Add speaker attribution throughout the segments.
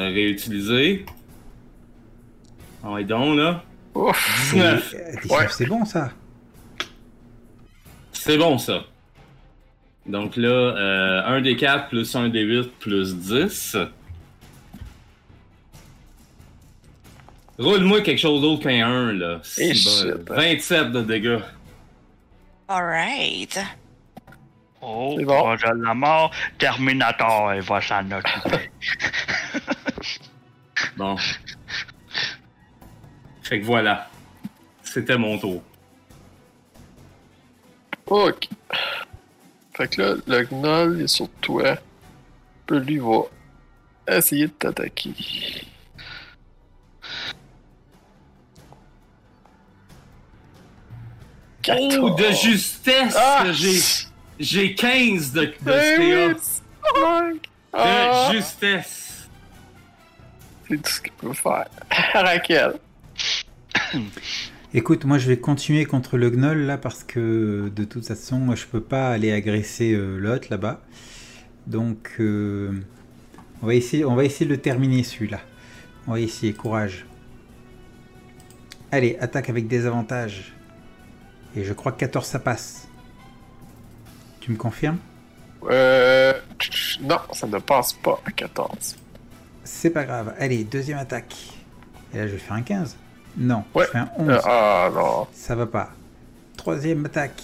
Speaker 1: réutiliser. On est donc, là.
Speaker 2: Ouf!
Speaker 1: C'est-
Speaker 2: Ouais.
Speaker 3: Ouais. C'est bon ça.
Speaker 1: C'est bon, ça. Donc là, euh, 1 des 4 plus 1 des 8 plus 10. Roule-moi quelque chose d'autre qu'un 1, là. Si
Speaker 2: Eh, shit, hein.
Speaker 1: 27 de dégâts.
Speaker 4: Alright.
Speaker 5: Oh,
Speaker 2: C'est bon.
Speaker 5: projet de la mort, Terminator, il va s'en occuper.
Speaker 1: Bon. Fait que voilà. C'était mon tour.
Speaker 2: Ok. Fait que là, le gnoll est sur toi. Puis lui va essayer de t'attaquer.
Speaker 1: Oh, de
Speaker 2: Quatorze.
Speaker 1: justesse!
Speaker 2: Ah!
Speaker 1: J'ai, j'ai 15 de, de
Speaker 2: Eh oui,
Speaker 1: CA.
Speaker 2: cinq. Ah,
Speaker 1: De justesse!
Speaker 2: C'est tout ce qu'il peut faire. Raquel.
Speaker 3: Écoute, moi je vais continuer contre le gnoll là parce que de toute façon, moi je peux pas aller agresser euh, l'autre là-bas. Donc euh, on va essayer, on va essayer de le terminer celui-là. On va essayer, courage. Allez, attaque avec des avantages. Et je crois que 14 ça passe. Tu me confirmes
Speaker 2: Euh. tch, tch, Non, ça ne passe pas à 14.
Speaker 3: C'est pas grave. Allez, deuxième attaque. Et là je vais faire un 15. Non,
Speaker 2: Ouais.
Speaker 3: je fais un 11.
Speaker 2: Euh, ah non.
Speaker 3: Ça va pas. Troisième attaque.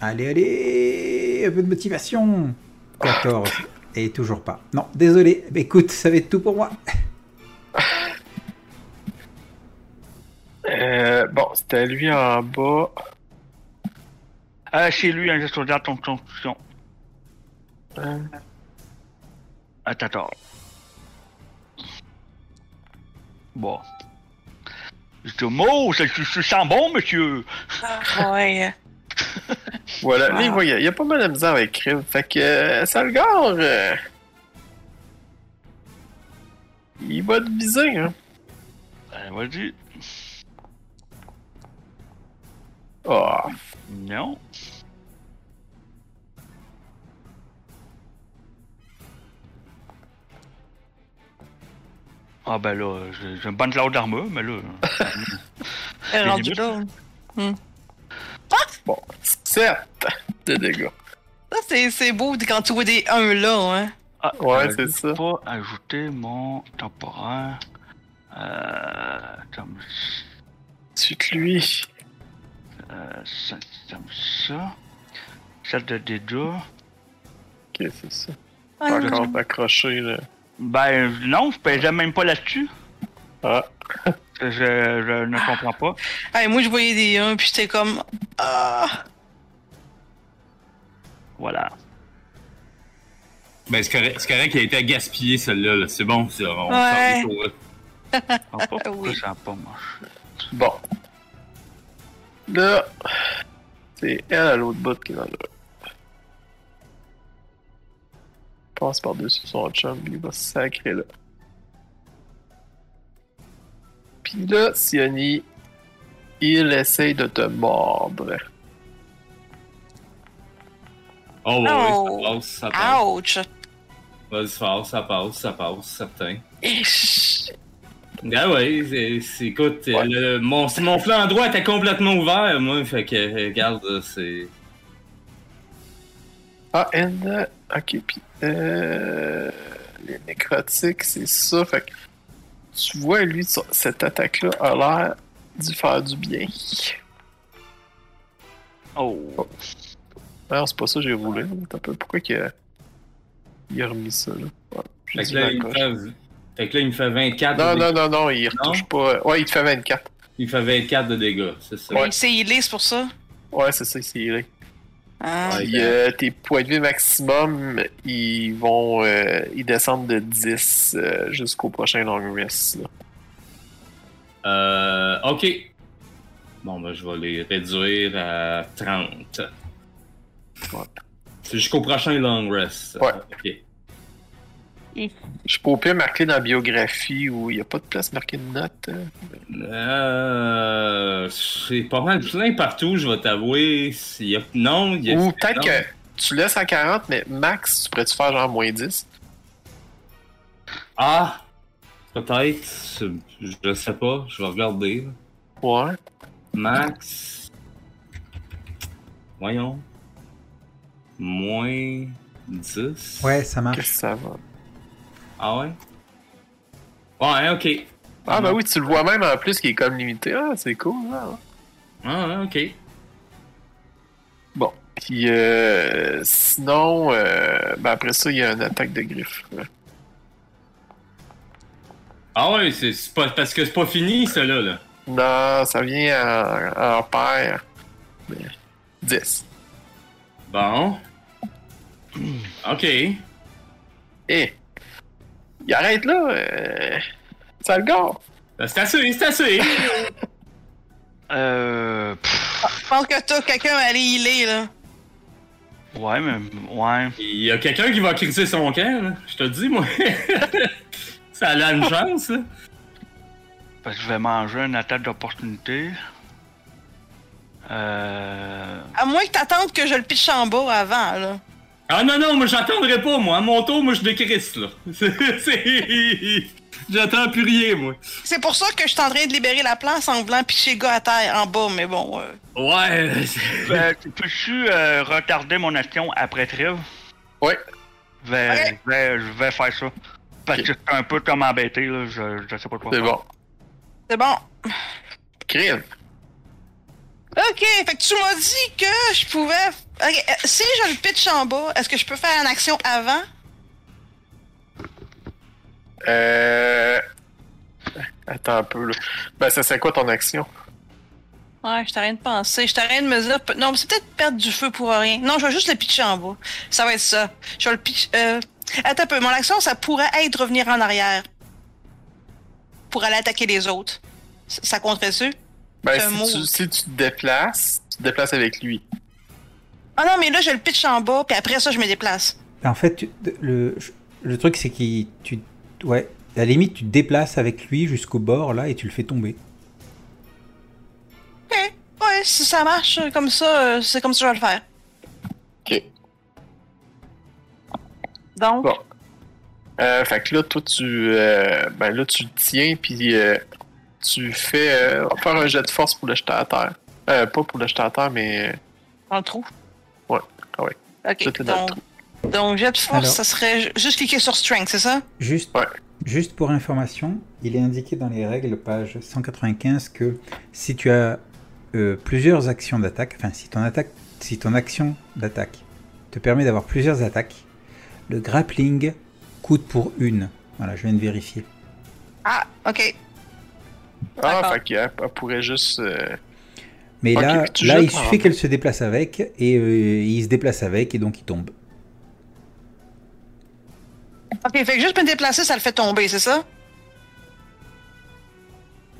Speaker 3: Allez, allez Un peu de motivation 14. Et toujours pas. Non, désolé. Mais Écoute, ça va être tout pour moi.
Speaker 2: Euh, bon, c'était lui en bas.
Speaker 5: Euh, c'est lui, un geste de ton fonction.
Speaker 2: Hein?
Speaker 5: Attends, attends. Bon. oh, Ce mot, ça ça- ça sent bon, monsieur.
Speaker 4: Ah, boy.
Speaker 2: Voilà,
Speaker 4: Ah.
Speaker 2: les voyants. Il y a pas mal de misère avec Crib. Fait que euh, Salgar, euh, il va te viser, hein.
Speaker 5: Ben, vas-y.
Speaker 2: Ah,
Speaker 5: Non. Ah ben là, j'ai j'ai une bonne classe d'armure, mais là...
Speaker 4: C'est rendu
Speaker 5: limites.
Speaker 4: là.
Speaker 2: bon. 7 de dégâts.
Speaker 4: Ça, c'est- c'est beau de- quand tu vois des 1 là, hein.
Speaker 5: Ah,
Speaker 2: Ouais,
Speaker 5: j'avais
Speaker 2: c'est ça.
Speaker 5: pas ajouter mon temporaire. Euh. Comme,
Speaker 2: Suite lui.
Speaker 5: euh, ça- comme ça. Celle de dégâts.
Speaker 2: Ok, c'est ça.
Speaker 4: Ah,
Speaker 2: Pas encore accroché, là.
Speaker 5: Ben non, je pesais même pas là-dessus.
Speaker 2: Ah,
Speaker 5: Je, je ne comprends pas.
Speaker 4: hey, moi, je voyais des 1 puis j'étais comme. Ah!
Speaker 5: Voilà.
Speaker 1: Ben, c'est correct, c'est correct qu'il a été à gaspiller celle-là. là. C'est bon, ça. On s'en
Speaker 4: Ouais.
Speaker 1: est pour-
Speaker 5: Je comprends pas pourquoi
Speaker 4: Oui.
Speaker 5: Oh, ça a pas marché.
Speaker 2: bon. Là, c'est elle à l'autre bout qui est dans le. Passe par-dessus son chum, puis il va se sacrer là. Puis là, Sioni, il essaye de te mordre.
Speaker 1: Oh, ouais, ouais,
Speaker 4: Oh.
Speaker 1: ça passe, ça passe.
Speaker 4: Ouch!
Speaker 1: Vas-y, fort, ça passe, ça passe, certain.
Speaker 4: Ish.
Speaker 1: Ah ouais, c'est, c'est- écoute,
Speaker 2: Ouais.
Speaker 1: le- mon, mon flanc droit était complètement ouvert, moi, fait que, euh, regarde, c'est...
Speaker 2: Ah, and, euh, ok, puis euh, les nécrotiques, c'est ça. Fait que tu vois, lui, ça- cette attaque-là a l'air d'y faire du bien.
Speaker 5: Oh.
Speaker 2: Alors, c'est pas ça que j'ai roulé. T'as peu pourquoi qu'il a... il a remis ça, là. Ouais, j'ai
Speaker 1: Fait que,
Speaker 2: dit
Speaker 1: là, il me
Speaker 2: l'accroche.
Speaker 1: fait, fait que là, il me fait 24 de
Speaker 2: Non,
Speaker 1: dégâts.
Speaker 2: non, non, non, il retouche pas. Ouais, il te fait 24.
Speaker 1: Il me fait 24 de dégâts, c'est ça.
Speaker 4: Mais C'est il est c'est pour ça.
Speaker 2: Ouais, c'est ça, c'est iré.
Speaker 4: Ah.
Speaker 1: Ouais.
Speaker 2: Puis euh, tes points de vie maximum, ils vont. euh, ils descendent de 10 euh, jusqu'au prochain long rest, là.
Speaker 1: Euh, ok. Bon, ben, je vais les réduire à 30.
Speaker 2: Ouais.
Speaker 1: C'est jusqu'au prochain long rest.
Speaker 2: Ouais.
Speaker 1: Ok.
Speaker 2: Je peux au pire marquer dans la biographie où il n'y a pas de place marquée de note. hein.
Speaker 1: Euh, c'est pas mal plein partout, je vais t'avouer. S'il y a- Non, il y a...
Speaker 2: Ou peut-être
Speaker 1: non.
Speaker 2: que tu laisses à 40, mais max, tu pourrais-tu faire genre moins 10?
Speaker 1: Ah! Peut-être. Je sais pas. Je vais regarder.
Speaker 2: Ouais.
Speaker 1: Max. Voyons. Moins 10.
Speaker 3: Ouais, ça
Speaker 2: Qu'est-ce
Speaker 3: marche.
Speaker 2: que ça va?
Speaker 1: Ah ouais? Ouais, ok.
Speaker 2: Ah, bah oui, tu le vois même en plus qui est comme limité. Ah, c'est cool. ah.
Speaker 1: Ah ouais, ok.
Speaker 2: Bon. Puis, euh, sinon, euh, ben après ça, il y a une attaque de griffes.
Speaker 1: Ah ouais, c'est c'est pas parce que c'est pas fini, cela là.
Speaker 2: Non, ça vient en, en paire. Mais, 10.
Speaker 1: Bon. Ok.
Speaker 2: Et. Il arrête là. euh, ça le gare.
Speaker 1: Ben, C'est assez, c'est assez.
Speaker 5: Euh. pff,
Speaker 4: Je pense que t'as quelqu'un à aller healer, là.
Speaker 5: ouais, mais. Ouais.
Speaker 1: Il y a quelqu'un qui va crisser son camp, là. Je te dis, moi. Ça a une chance, là.
Speaker 5: Parce que je vais manger une attaque d'opportunité. Euh.
Speaker 4: À moins que t'attendes que je le pitche en bas avant, là.
Speaker 1: Ah non, non, moi j'attendrai pas, moi. À mon tour, moi je décrisse, là. C'est- c'est- J'attends plus rien, moi.
Speaker 4: C'est pour ça que je suis en train de libérer la place en voulant pitcher le gars à terre, en bas, mais bon. euh,
Speaker 1: Ouais. c'est-
Speaker 5: Ben, tu- Peux-tu euh, retarder mon action après Triv?
Speaker 2: Ouais.
Speaker 5: Je vais,
Speaker 4: Ouais.
Speaker 5: je vais, je vais faire ça. Parce que c'est un peu comme embêté, là. Je, je sais pas quoi.
Speaker 2: C'est
Speaker 5: faire.
Speaker 2: bon.
Speaker 4: C'est bon.
Speaker 2: Krill.
Speaker 4: OK, fait que tu m'as dit que je pouvais... Ok, euh, si je le pitch en bas, est-ce que je peux faire une action avant?
Speaker 2: Euh. Attends un peu, là. Ben, ça, c'est quoi ton action?
Speaker 4: Ouais, je t'arrête de penser. Je t'arrête de me dire... pe- Non, mais c'est peut-être perdre du feu pour rien. Non, je vais juste le pitcher en bas. Ça va être ça. Je vais le pitch... Euh... Attends un peu. Mon action, ça pourrait être revenir en arrière. Pour aller attaquer les autres. Ça, ça compterait-tu?
Speaker 2: Ben,
Speaker 4: Un mot.
Speaker 2: si tu, si tu te déplaces, tu te déplaces avec lui.
Speaker 4: Ah non, mais là, je le pitch en bas, puis après ça, je me déplace.
Speaker 3: En fait, tu- le, le truc, c'est qu'il. Tu, ouais, à la limite, tu te déplaces avec lui jusqu'au bord, là, et tu le fais tomber.
Speaker 4: Ouais, si ça marche euh, comme ça, euh, c'est comme ça que je vais le faire.
Speaker 2: OK.
Speaker 4: Donc,
Speaker 2: Bon. Euh, fait que là, toi, tu. euh, ben, là, tu le tiens, puis euh, tu fais. euh, on va faire un jet de force pour le jeter à terre. Euh, pas pour le jeter à terre, mais.
Speaker 4: dans le trou.
Speaker 2: Ouais, ah ouais.
Speaker 4: Ok,
Speaker 2: Tout est dans le
Speaker 4: donc, donc jet de force,
Speaker 3: Alors.
Speaker 4: ça serait ju- juste cliquer sur Strength, c'est ça?
Speaker 3: Juste,
Speaker 2: Ouais.
Speaker 3: juste pour information, il est indiqué dans les règles, page 195, que si tu as euh, plusieurs actions d'attaque, enfin si ton, attaque, si ton action d'attaque te permet d'avoir plusieurs attaques, le grappling coûte pour une. Voilà, je viens de vérifier.
Speaker 4: Ah, ok.
Speaker 2: Ah,
Speaker 4: D'accord.
Speaker 2: fait qu'elle elle pourrait juste. euh,
Speaker 3: Mais
Speaker 2: Ok,
Speaker 3: là,
Speaker 2: puis tu
Speaker 3: là
Speaker 2: jettes hein.
Speaker 3: il
Speaker 2: par
Speaker 3: suffit
Speaker 2: un.
Speaker 3: qu'elle se déplace avec, et euh, il se déplace avec, et donc il tombe.
Speaker 4: Ok, fait que juste me déplacer, ça le fait tomber, c'est ça?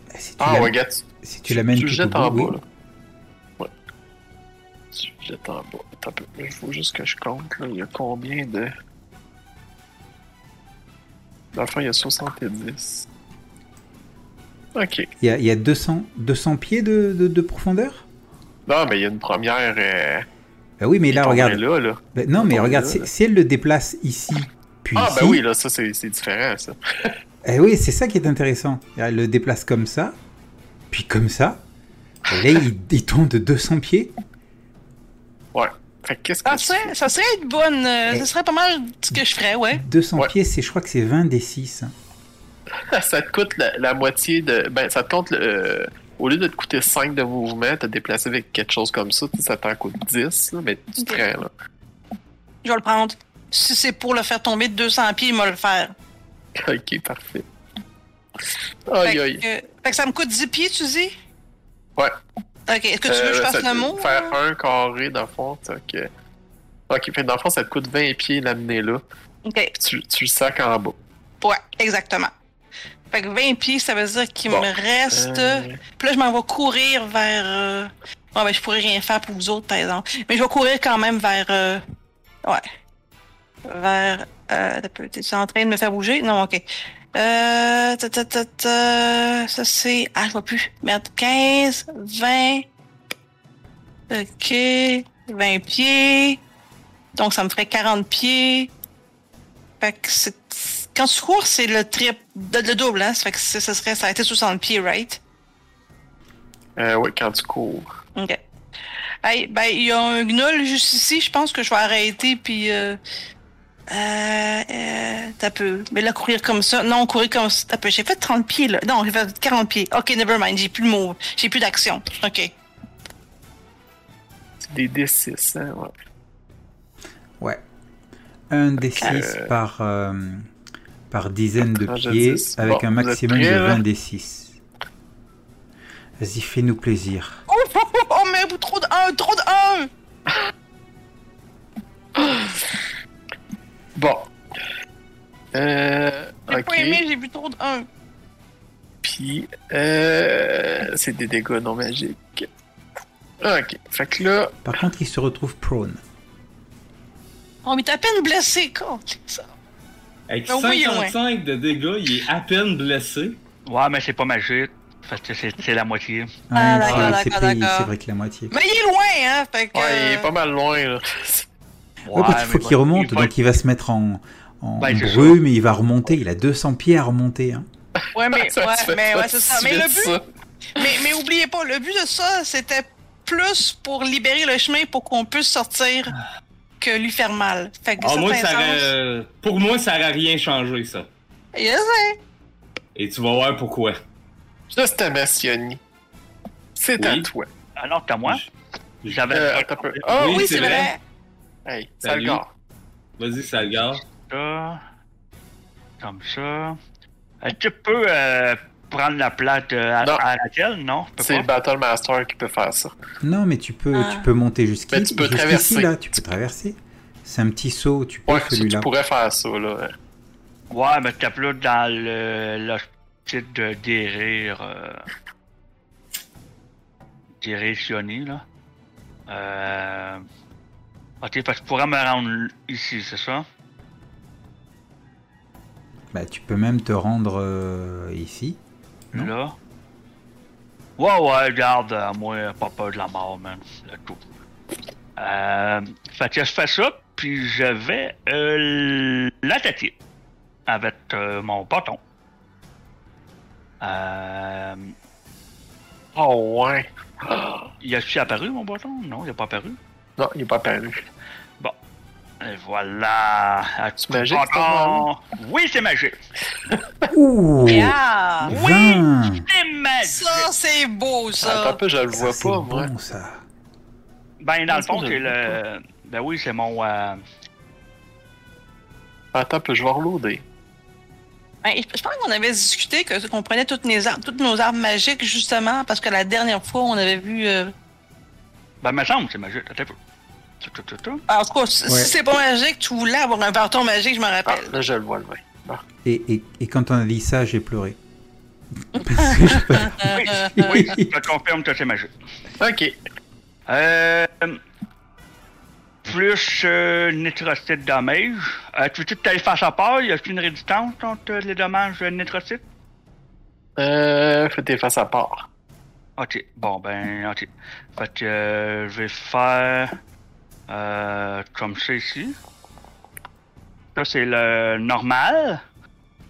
Speaker 3: Bah, Si tu
Speaker 2: Ah,
Speaker 3: l'am-
Speaker 2: ouais, regarde, tu,
Speaker 3: si tu l'amènes
Speaker 2: tu le
Speaker 3: tout
Speaker 2: jettes
Speaker 3: au
Speaker 2: en
Speaker 3: bout,
Speaker 2: bas, là.
Speaker 3: oui.
Speaker 2: Ouais. Tu le jettes en bas. Attends un peu. Il faut juste que je compte, là. Il y a combien de. Dans le fond, il y a 70. Ok.
Speaker 3: il y a, il y a 200, 200 pieds de, de- de profondeur
Speaker 2: Non, mais il y a une première. euh,
Speaker 3: Bah oui, mais là,
Speaker 2: qui
Speaker 3: regarde.
Speaker 2: tomberait Là, là.
Speaker 3: Ben, non, mais
Speaker 2: Attends,
Speaker 3: regarde,
Speaker 2: là,
Speaker 3: si,
Speaker 2: là.
Speaker 3: si elle le déplace ici, puis
Speaker 2: Ah,
Speaker 3: ici,
Speaker 2: ben oui, là, ça, c'est c'est différent, ça.
Speaker 3: eh oui, c'est ça qui est intéressant. Elle le déplace comme ça, puis comme ça. Et là, il, il tombe de 200 pieds.
Speaker 2: Fait que qu'est-ce que
Speaker 4: Ah, Ça
Speaker 2: tu
Speaker 4: serait, ça serait être bonne. euh,
Speaker 3: Eh.
Speaker 4: ça serait pas mal ce que je ferais, ouais.
Speaker 3: 200
Speaker 2: Ouais.
Speaker 3: pieds, c'est, je crois que c'est 20 des 6.
Speaker 2: fais? Ça te coûte la, la moitié de. Ben, ça te compte. le- euh, au lieu de te coûter 5 de mouvement, te déplacer avec quelque chose comme ça, tu sais, ça t'en coûte 10, là, mais tu te rends, là.
Speaker 4: Je vais le prendre. Si c'est pour le faire tomber de 200 pieds, il va le faire.
Speaker 2: Ok, parfait.
Speaker 4: Fait
Speaker 2: Aïe, aïe.
Speaker 4: que, fait que ça me coûte 10 pieds, tu dis?
Speaker 2: Ouais.
Speaker 4: Ok, est-ce que tu veux que je
Speaker 2: Euh,
Speaker 4: fasse
Speaker 2: ça-
Speaker 4: le mot?
Speaker 2: Faire
Speaker 4: là?
Speaker 2: un carré, dans le fond, ça que. Ok, fait que dans le fond, ça te coûte 20 pieds l'amener là,
Speaker 4: Ok,
Speaker 2: puis tu, tu le sacs en bas.
Speaker 4: ouais, exactement. Fait que 20 pieds, ça veut dire qu'il
Speaker 2: Bon.
Speaker 4: me reste.
Speaker 2: Euh,
Speaker 4: Puis là, je m'en vais courir vers. euh, Ouais, ben, je pourrais rien faire pour vous autres, par exemple. Mais je vais courir quand même vers. euh, Ouais. Vers. Euh... t'as peu- T'es-tu en train de me faire bouger? Non, ok. Euh. ta, ta, ta, ta, Ça, c'est. Ah, je vois plus. Merde. 15, 20. Ok. 20 pieds. Donc, ça me ferait 40 pieds. Fait que c'est. Quand tu cours, c'est le trip, le double, hein? Ça fait que ce ce serait, ça a été 60 pieds, right?
Speaker 2: Euh, ouais, quand tu cours.
Speaker 4: OK. Hey, ben, il y a un gnoll juste ici. Je pense que je vais arrêter, puis... Euh, euh, euh, t'as peu. Mais là, courir comme ça... Non, courir comme ça... T'as peu. J'ai fait 30 pieds, là. Non, j'ai fait 40 pieds. OK, never mind. J'ai plus de move. J'ai plus d'action. OK.
Speaker 2: C'est des D6, hein, ouais.
Speaker 3: Ouais. Un D6
Speaker 2: euh,
Speaker 3: par, euh, par dizaine de
Speaker 2: Ah, je
Speaker 3: pieds,
Speaker 2: dis-
Speaker 3: avec
Speaker 2: bon,
Speaker 3: un
Speaker 2: vous êtes
Speaker 3: maximum
Speaker 2: prêts,
Speaker 3: de
Speaker 2: là
Speaker 3: 20 D6. Vas-y, fais-nous plaisir.
Speaker 4: Oh, oh, oh, oh, mais trop de 1, trop de 1!
Speaker 2: Bon. Euh,
Speaker 4: J'ai
Speaker 2: ok.
Speaker 4: pas aimé, j'ai bu trop de 1.
Speaker 2: Puis, euh, c'est des dégâts non magiques. Ok. Fait que là,
Speaker 3: Par contre, il se retrouve prone.
Speaker 4: On m'est à Oh, peine blessé, con. ça.
Speaker 1: Avec
Speaker 4: Ah oui,
Speaker 1: 55 de dégâts, il est à peine blessé.
Speaker 5: Ouais, mais c'est pas magique. Parce que c'est c'est la moitié.
Speaker 3: Ouais,
Speaker 4: Ah, d'accord,
Speaker 3: c'est-
Speaker 4: d'accord,
Speaker 3: c'est payé,
Speaker 4: d'accord.
Speaker 3: c'est vrai que la moitié.
Speaker 4: Mais il est loin, hein? Fait que...
Speaker 2: ouais, il est pas mal loin, là.
Speaker 5: Ouais,
Speaker 3: Ouais, parce qu'il faut
Speaker 5: mais
Speaker 3: qu'il
Speaker 5: bon,
Speaker 3: remonte,
Speaker 5: il va
Speaker 3: donc il va se mettre en, en
Speaker 5: Ouais, c'est
Speaker 3: brume et il va remonter. Il a 200 pieds à remonter. hein.
Speaker 4: Ouais, mais,
Speaker 2: Ça, tu fais
Speaker 4: ouais, mais
Speaker 2: pas
Speaker 4: ouais, c'est ça.
Speaker 2: si
Speaker 4: Mais le
Speaker 2: vite,
Speaker 4: but,
Speaker 2: ça.
Speaker 4: Mais, mais oubliez pas, le but de ça, c'était plus pour libérer le chemin pour qu'on puisse sortir que lui faire mal. Fait que de
Speaker 1: Ah, moi,
Speaker 4: certains
Speaker 1: ça aurait-
Speaker 4: sens-
Speaker 1: euh, pour moi, ça n'aurait rien changé, ça.
Speaker 4: Yes, hein?
Speaker 1: Et tu vas voir pourquoi.
Speaker 2: Juste à Massioni. C'est
Speaker 1: Oui.
Speaker 2: à toi.
Speaker 5: Ah non, t'as moi. J'avais.
Speaker 2: Euh, attends un Ben, peu. Ah
Speaker 1: Oui,
Speaker 4: Oui,
Speaker 1: c'est
Speaker 4: c'est
Speaker 1: vrai.
Speaker 4: vrai.
Speaker 2: Hey, ça
Speaker 1: Salut.
Speaker 2: le gars.
Speaker 1: Vas-y, Salgar.
Speaker 5: ça, comme ça. Est-ce que tu peux euh, prendre la plate euh, à,
Speaker 2: Non.
Speaker 5: à Raquel, non? Tu peux
Speaker 2: C'est le
Speaker 5: pas?
Speaker 2: Battle Master qui peut faire ça.
Speaker 3: Non, mais tu peux,
Speaker 4: Ah.
Speaker 3: tu peux monter jusqu'à-
Speaker 2: Mais tu peux
Speaker 3: jusqu'ici.
Speaker 2: traverser.
Speaker 3: là, tu peux traverser. C'est un petit saut, tu peux
Speaker 2: Ouais, tu- tu
Speaker 3: celui-là.
Speaker 2: pourrais faire ça, là.
Speaker 5: Ouais, mais t'as plus dans le l'hôpital de guérir. Euh... Guérir Sioni, là. Euh... Ok, parce que je pourrais me rendre ici, c'est ça?
Speaker 3: Bah, tu peux même te rendre euh, ici. Non.
Speaker 5: Là. Ouais, ouais, regarde, euh, moi, pas peur de la mort, man. Le tout. Euh, fait que je fais ça, puis je vais euh, l'attaquer avec euh, mon bâton. Euh,
Speaker 2: Oh, ouais.
Speaker 5: il a-tu apparu, mon bâton? Non, il a pas apparu.
Speaker 2: Non, il est pas paru.
Speaker 5: Et voilà! Un petit coup de
Speaker 2: magique, ce
Speaker 5: bâton. Oui, c'est magique!
Speaker 1: Oh.
Speaker 3: Ouh
Speaker 4: Yeah!
Speaker 5: Oui.
Speaker 3: 20
Speaker 5: C'est magique!
Speaker 4: Ça, c'est beau,
Speaker 2: Attends un
Speaker 4: ça.
Speaker 2: peu, je le vois
Speaker 3: Ça, c'est
Speaker 2: pas, moi.
Speaker 3: bon, ça.
Speaker 5: Ben, dans le fond,
Speaker 2: Je
Speaker 5: c'est
Speaker 2: le vois
Speaker 5: le. Ben oui, c'est mon. euh,
Speaker 2: Attends un peu, je vais reloader.
Speaker 4: Ben, je je pense qu'on avait discuté que qu'on prenait toutes, les armes, toutes nos armes magiques, justement, parce que la dernière fois, on avait vu... euh,
Speaker 5: Ben, me semble, que c'est magique. Attends un peu. Tout, tout, tout, tout.
Speaker 4: En tout cas, si
Speaker 3: Ouais.
Speaker 4: si c'est pas magique, tu voulais avoir un bâton magique, je me
Speaker 2: Ah,
Speaker 4: rappelle.
Speaker 2: là, je le vois, le vin.
Speaker 3: Et, et- et quand on a dit ça, j'ai pleuré. Parce que j'ai pas-
Speaker 5: Oui, oui, je te confirme que c'est magique.
Speaker 2: Ok.
Speaker 5: Euh, plus euh, nitrocyte damage. Euh, tu veux tout aller face à part? Y a une résistance contre euh, les dommages euh, nitrocyte?
Speaker 2: Euh, fais tes faces à part.
Speaker 5: Ok, bon ben, ok. Fait que euh, je vais faire euh, comme ça ici. Ça c'est le normal,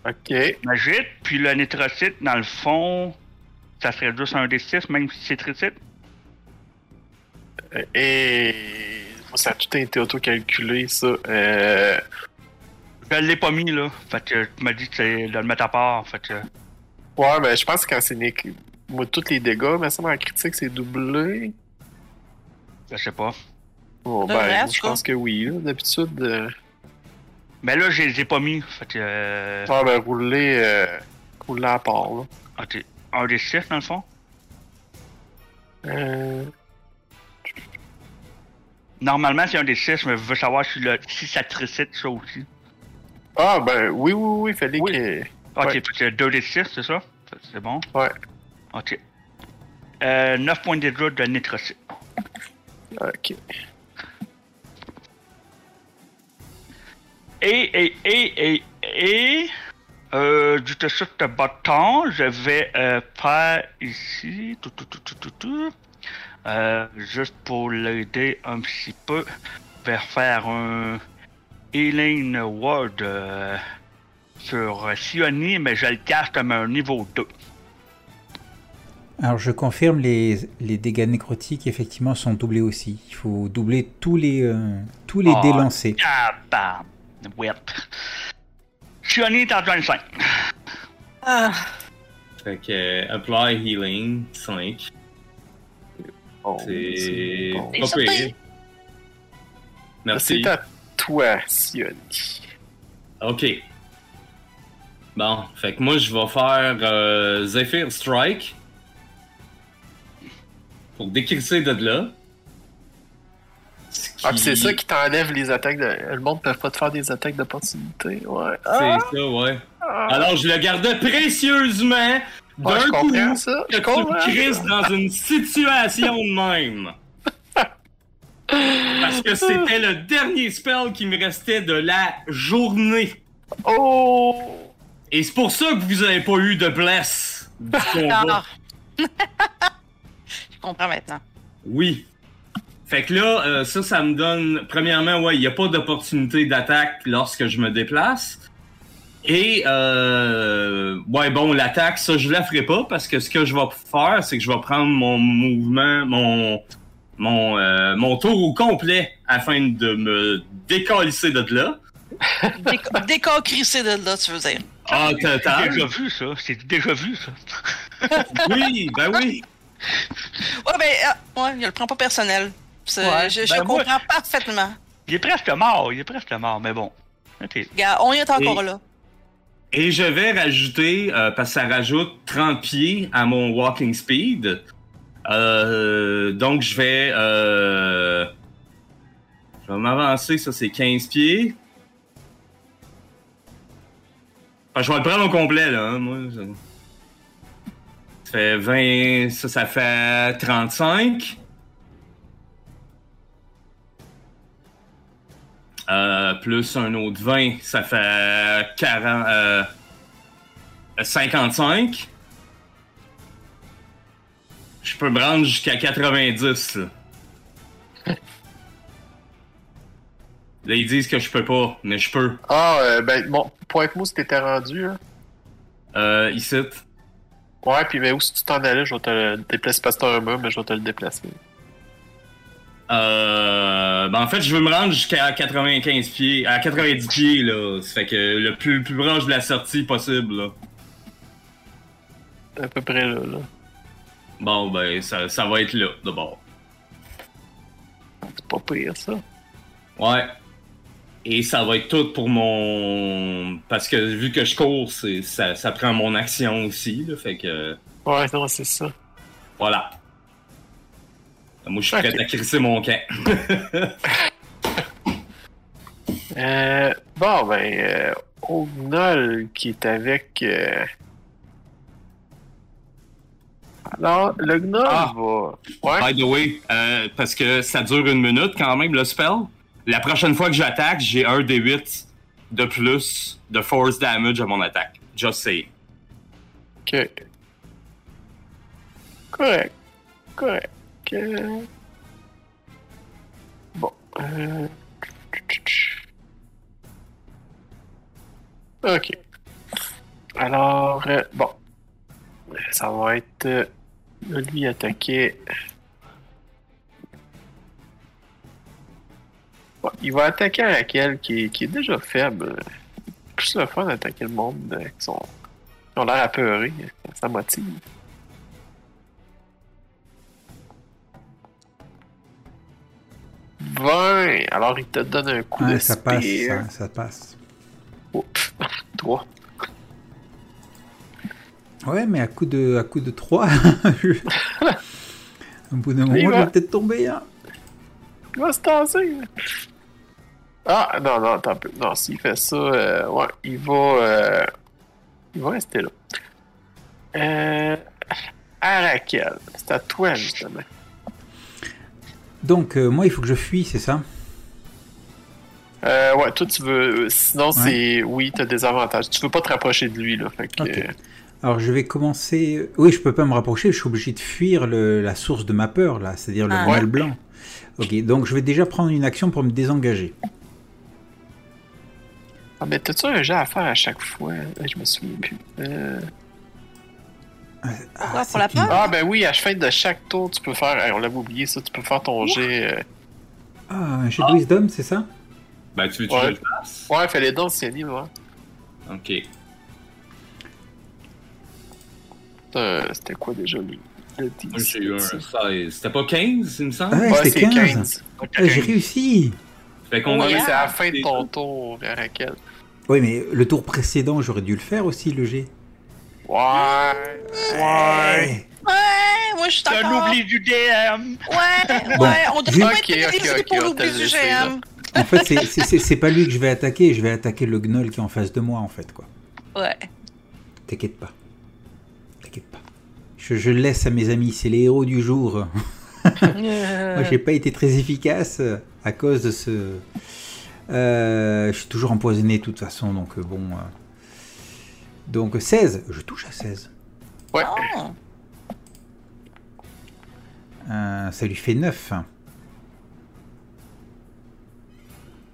Speaker 2: Ok.
Speaker 5: magique. Puis le nitrocyte, dans le fond, ça serait juste un D6, même si c'est tricite.
Speaker 2: Et. Ça a tout été auto-calculé, ça. Euh.
Speaker 5: Je l'ai pas mis là. Fait que tu m'as dit que c'est de le mettre à part. Fait que.
Speaker 2: Ouais, mais je pense que quand c'est né... Moi, tous les dégâts, mais ça, en critique, c'est doublé.
Speaker 5: Je sais pas.
Speaker 2: Bon,
Speaker 4: Devrait,
Speaker 2: ben,
Speaker 4: en
Speaker 2: je
Speaker 4: tout
Speaker 2: pense que oui, là, d'habitude. euh,
Speaker 5: Mais là, je les ai pas mis. Fait que. euh,
Speaker 2: Ah, ben, rouler. Euh... Rouler à part, là.
Speaker 5: Ok. Un des six, dans le fond
Speaker 2: Euh.
Speaker 5: Normalement, c'est un des six, mais je veux savoir si, le... si ça tricite ça aussi.
Speaker 2: Ah, ben, oui, oui, oui, fallait que. euh,
Speaker 5: Ok,
Speaker 2: Ouais.
Speaker 5: fait que deux des six, c'est ça Fait que C'est bon
Speaker 2: Ouais.
Speaker 5: Ok. Euh, 9 points de dégâts de nitrocyte.
Speaker 2: Ok.
Speaker 5: Et, et, et, et, et. Euh, du dessus de bâton, je vais euh, faire ici. Tout, tout, tout, tout, tout, tout. Euh, juste pour l'aider un petit peu. Je vais faire un Healing Ward. euh, sur euh, Sioni, mais je le cache comme un niveau 2.
Speaker 3: Alors je confirme, les, les dégâts nécrotiques effectivement sont doublés aussi. Il faut doubler tous les, euh, tous les dés
Speaker 5: Ah.
Speaker 3: lancés.
Speaker 5: Ah, bam! Ouais. Sioni est en 25.
Speaker 4: Ah,
Speaker 1: Fait que euh, Apply Healing 5.
Speaker 2: Oh,
Speaker 1: C'est
Speaker 2: bon.
Speaker 1: pas
Speaker 4: C'est
Speaker 1: pire.
Speaker 4: certain.
Speaker 1: Merci.
Speaker 2: C'est à toi, Sioni.
Speaker 1: Ok. Bon, fait que moi je vais faire euh, Zephyr Strike. Pour décrisser de là. Ce
Speaker 2: Ah, puis c'est ça qui t'enlève les attaques de. Le monde ne peut pas te faire des attaques d'opportunité. Ouais.
Speaker 1: C'est ça, ouais. Alors je le gardais précieusement d'un
Speaker 2: Ouais, Ah, je
Speaker 1: coup
Speaker 2: comprends ça.
Speaker 1: que
Speaker 2: Je
Speaker 1: tu
Speaker 4: hein?
Speaker 2: comprends.
Speaker 1: te crises dans une situation de même. Parce que c'était le dernier spell qui me restait de la journée.
Speaker 2: Oh!
Speaker 1: Et c'est pour ça que vous avez pas eu de bless du
Speaker 4: non,
Speaker 1: combat.
Speaker 4: non. Ah. Je comprends maintenant.
Speaker 1: Oui. Fait que là, euh, ça, ça me donne. Premièrement, ouais, il n'y a pas d'opportunité d'attaque lorsque je me déplace. Et, euh, ouais, bon, l'attaque, ça, je la ferai pas parce que ce que je vais faire, c'est que je vais prendre mon mouvement, mon, mon, euh, mon tour au complet afin de me décalisser de là.
Speaker 4: Déco- Décocrissé de là, tu veux dire.
Speaker 1: Ah,
Speaker 5: C'est
Speaker 1: total.
Speaker 5: déjà vu, ça. C'est déjà vu, ça.
Speaker 1: Oui, ben oui.
Speaker 4: Ouais, ben, ah, ouais, je le prends pas personnel. C'est-
Speaker 5: Ouais,
Speaker 4: je je
Speaker 5: ben moi-
Speaker 4: comprends parfaitement.
Speaker 5: Il est presque mort, il est presque mort, mais bon. Ok.
Speaker 4: Gars, on y est encore
Speaker 1: Et-
Speaker 4: là.
Speaker 1: Et je vais rajouter, euh, parce que ça rajoute 30 pieds à mon walking speed. Euh, donc je vais... euh, je vais m'avancer, ça c'est 15 pieds. Enfin, je vais le prendre au complet, là. hein, moi, ça... ça fait 20... Ça, ça fait 35. Euh, plus un autre 20, ça fait 40, euh, 55. Je peux me rendre jusqu'à 90. Là. Là, ils disent que je peux pas, mais je peux.
Speaker 2: Ah, euh, ben, bon, pointe-moi si t'étais rendu, là.
Speaker 1: Euh, ici.
Speaker 2: Ouais, puis ben, où si tu t'en allais, je vais te le déplacer. Parce que t'as un mur, mais je vais te le déplacer.
Speaker 1: Euh, ben en fait, je veux me rendre jusqu'à 95 pieds, à 90 pieds, là. Ça fait que le plus, le plus proche de la sortie possible, là.
Speaker 2: À peu près là, là.
Speaker 1: Bon, ben, ça, ça va être là, d'abord.
Speaker 2: C'est pas pire, ça.
Speaker 1: Ouais. Et ça va être tout pour mon. Parce que vu que je cours, c'est- ça, ça prend mon action aussi. Là, fait que.
Speaker 2: Ouais, non, c'est ça.
Speaker 1: Voilà. Moi, je suis
Speaker 2: Ok.
Speaker 1: prêt à crisser mon camp.
Speaker 2: Euh, bon, ben, euh, Ognol qui est avec. euh, Alors, le gnoll
Speaker 1: Ah.
Speaker 2: va. Ouais,
Speaker 1: By the way, euh, parce que ça dure une minute quand même, le spell. La prochaine fois que j'attaque, j'ai un des 8 de plus de force damage à mon attaque. Just say.
Speaker 2: ok. Correct. Correct. Euh, Bon. euh, Ok. Alors, euh, bon. Ça va être. euh, Lui attaquer. Bon, il va attaquer à laquelle qui, est- qui est déjà faible. C'est Plus le fun d'attaquer le monde euh, qui sont. qui ont l'air apeurés. Ça motive. Vingt. Alors il te donne un coup
Speaker 3: Ouais,
Speaker 2: de
Speaker 3: ça passe, hein.
Speaker 2: spear.
Speaker 3: ça, ça passe.
Speaker 2: Oups. Trois.
Speaker 3: Ouais, mais à coup de, à coup de 3, au bout d'un moment,
Speaker 2: Il
Speaker 3: je
Speaker 2: va.
Speaker 3: vais peut-être tomber. hein.
Speaker 2: Il va se tasser. Ah, non, non, attends un peu. Non, s'il fait ça, euh, ouais, il va. euh, il va rester là. Euh. Arakel, c'est à toi, justement.
Speaker 3: Donc, euh, moi, il faut que je fuis, c'est ça
Speaker 2: Euh, ouais, toi, tu veux. euh, Sinon,
Speaker 3: Ouais.
Speaker 2: c'est. Oui, t'as des avantages. Tu veux pas te rapprocher de lui, là. Fait que. euh,
Speaker 3: Ok. Alors, je vais commencer. Oui, je peux pas me rapprocher, je suis obligé de fuir le- la source de ma peur, là, c'est-à-dire le
Speaker 4: Ah.
Speaker 3: mal blanc. Ok, donc je vais déjà prendre une action pour me désengager.
Speaker 2: Ah, mais t'as-tu un jet à faire à chaque fois? Euh, Je me souviens plus. Euh,
Speaker 4: Pourquoi, pour
Speaker 3: c'est
Speaker 4: la
Speaker 3: bien.
Speaker 4: peur?
Speaker 2: Ah, ben oui, à la fin de chaque tour, tu peux faire. eh, on l'avait oublié, ça. Tu peux faire ton jet. euh,
Speaker 3: Ah, un jeu de wisdom, c'est ça
Speaker 1: Ben, tu veux que
Speaker 2: Ouais.
Speaker 1: je le fasse?
Speaker 2: Ouais, fais les dons, c'est un livre, ouais.
Speaker 1: Ok.
Speaker 2: Euh, C'était quoi déjà le. le
Speaker 1: Moi, j'ai eu un
Speaker 2: 17?
Speaker 1: 16. C'était pas 15, il me semble?
Speaker 3: Ouais,
Speaker 2: Ouais,
Speaker 3: c'était
Speaker 2: c'est
Speaker 3: 15.
Speaker 2: 15.
Speaker 3: Ah, J'ai réussi
Speaker 1: Fait qu'on
Speaker 2: Ouais,
Speaker 1: a
Speaker 2: mais
Speaker 4: Ouais.
Speaker 2: c'est à la fin de ton tour, Raquel.
Speaker 3: Oui, mais le tour précédent, j'aurais dû le faire aussi, le G.
Speaker 2: Ouais.
Speaker 3: Eh,
Speaker 2: Ouais.
Speaker 4: Ouais, moi, je suis
Speaker 5: T'as
Speaker 4: encore...
Speaker 5: l'oubli du DM!
Speaker 4: Ouais,
Speaker 3: Bon.
Speaker 4: ouais, on devrait
Speaker 3: Ok,
Speaker 4: pas être
Speaker 2: ok,
Speaker 4: pénalisé
Speaker 2: ok,
Speaker 4: pour
Speaker 2: on
Speaker 4: l'oubli
Speaker 2: t'a
Speaker 4: du
Speaker 2: laissé,
Speaker 4: GM.
Speaker 3: En fait, c'est- c'est c'est- c'est pas lui que je vais attaquer, je vais attaquer le gnoll qui est en face de moi, en fait, quoi.
Speaker 4: Ouais.
Speaker 3: T'inquiète pas. T'inquiète pas. Je, je le laisse à mes amis, c'est les héros du jour.
Speaker 4: Euh,
Speaker 3: Moi, j'ai pas été très efficace euh, à cause de ce. Euh, je suis toujours empoisonné de toute façon, donc euh, bon. euh. Donc 16, je touche à 16.
Speaker 2: Ouais.
Speaker 4: Ah.
Speaker 3: Euh, ça lui fait 9.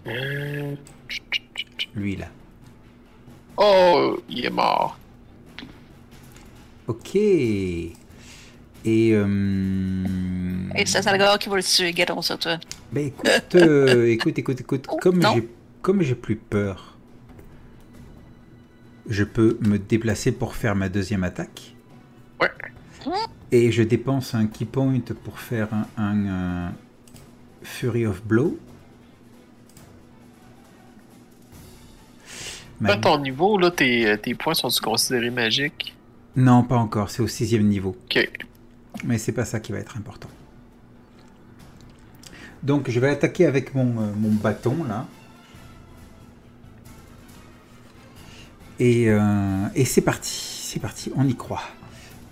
Speaker 2: Euh,
Speaker 3: lui là.
Speaker 2: Oh, il est mort.
Speaker 3: Ok. Et. euh,
Speaker 4: Et c'est ça le gars qui va le tuer, guetton sur toi.
Speaker 3: Bah écoute, euh, écoute, écoute, écoute,
Speaker 4: Oh,
Speaker 3: comme
Speaker 4: non.
Speaker 3: j'ai comme j'ai plus peur, je peux me déplacer pour faire ma deuxième attaque.
Speaker 2: Ouais.
Speaker 3: Et je dépense un key point pour faire un, un, euh, Fury of Blow. Ma-
Speaker 2: Là, ton niveau, là, tes, euh, tes points sont-ils considérés magiques?
Speaker 3: Non, pas encore, c'est au sixième niveau.
Speaker 2: Ok.
Speaker 3: Mais c'est pas ça qui va être important. Donc je vais attaquer avec mon, euh, mon bâton là. Et, euh, et c'est parti, c'est parti, on y croit.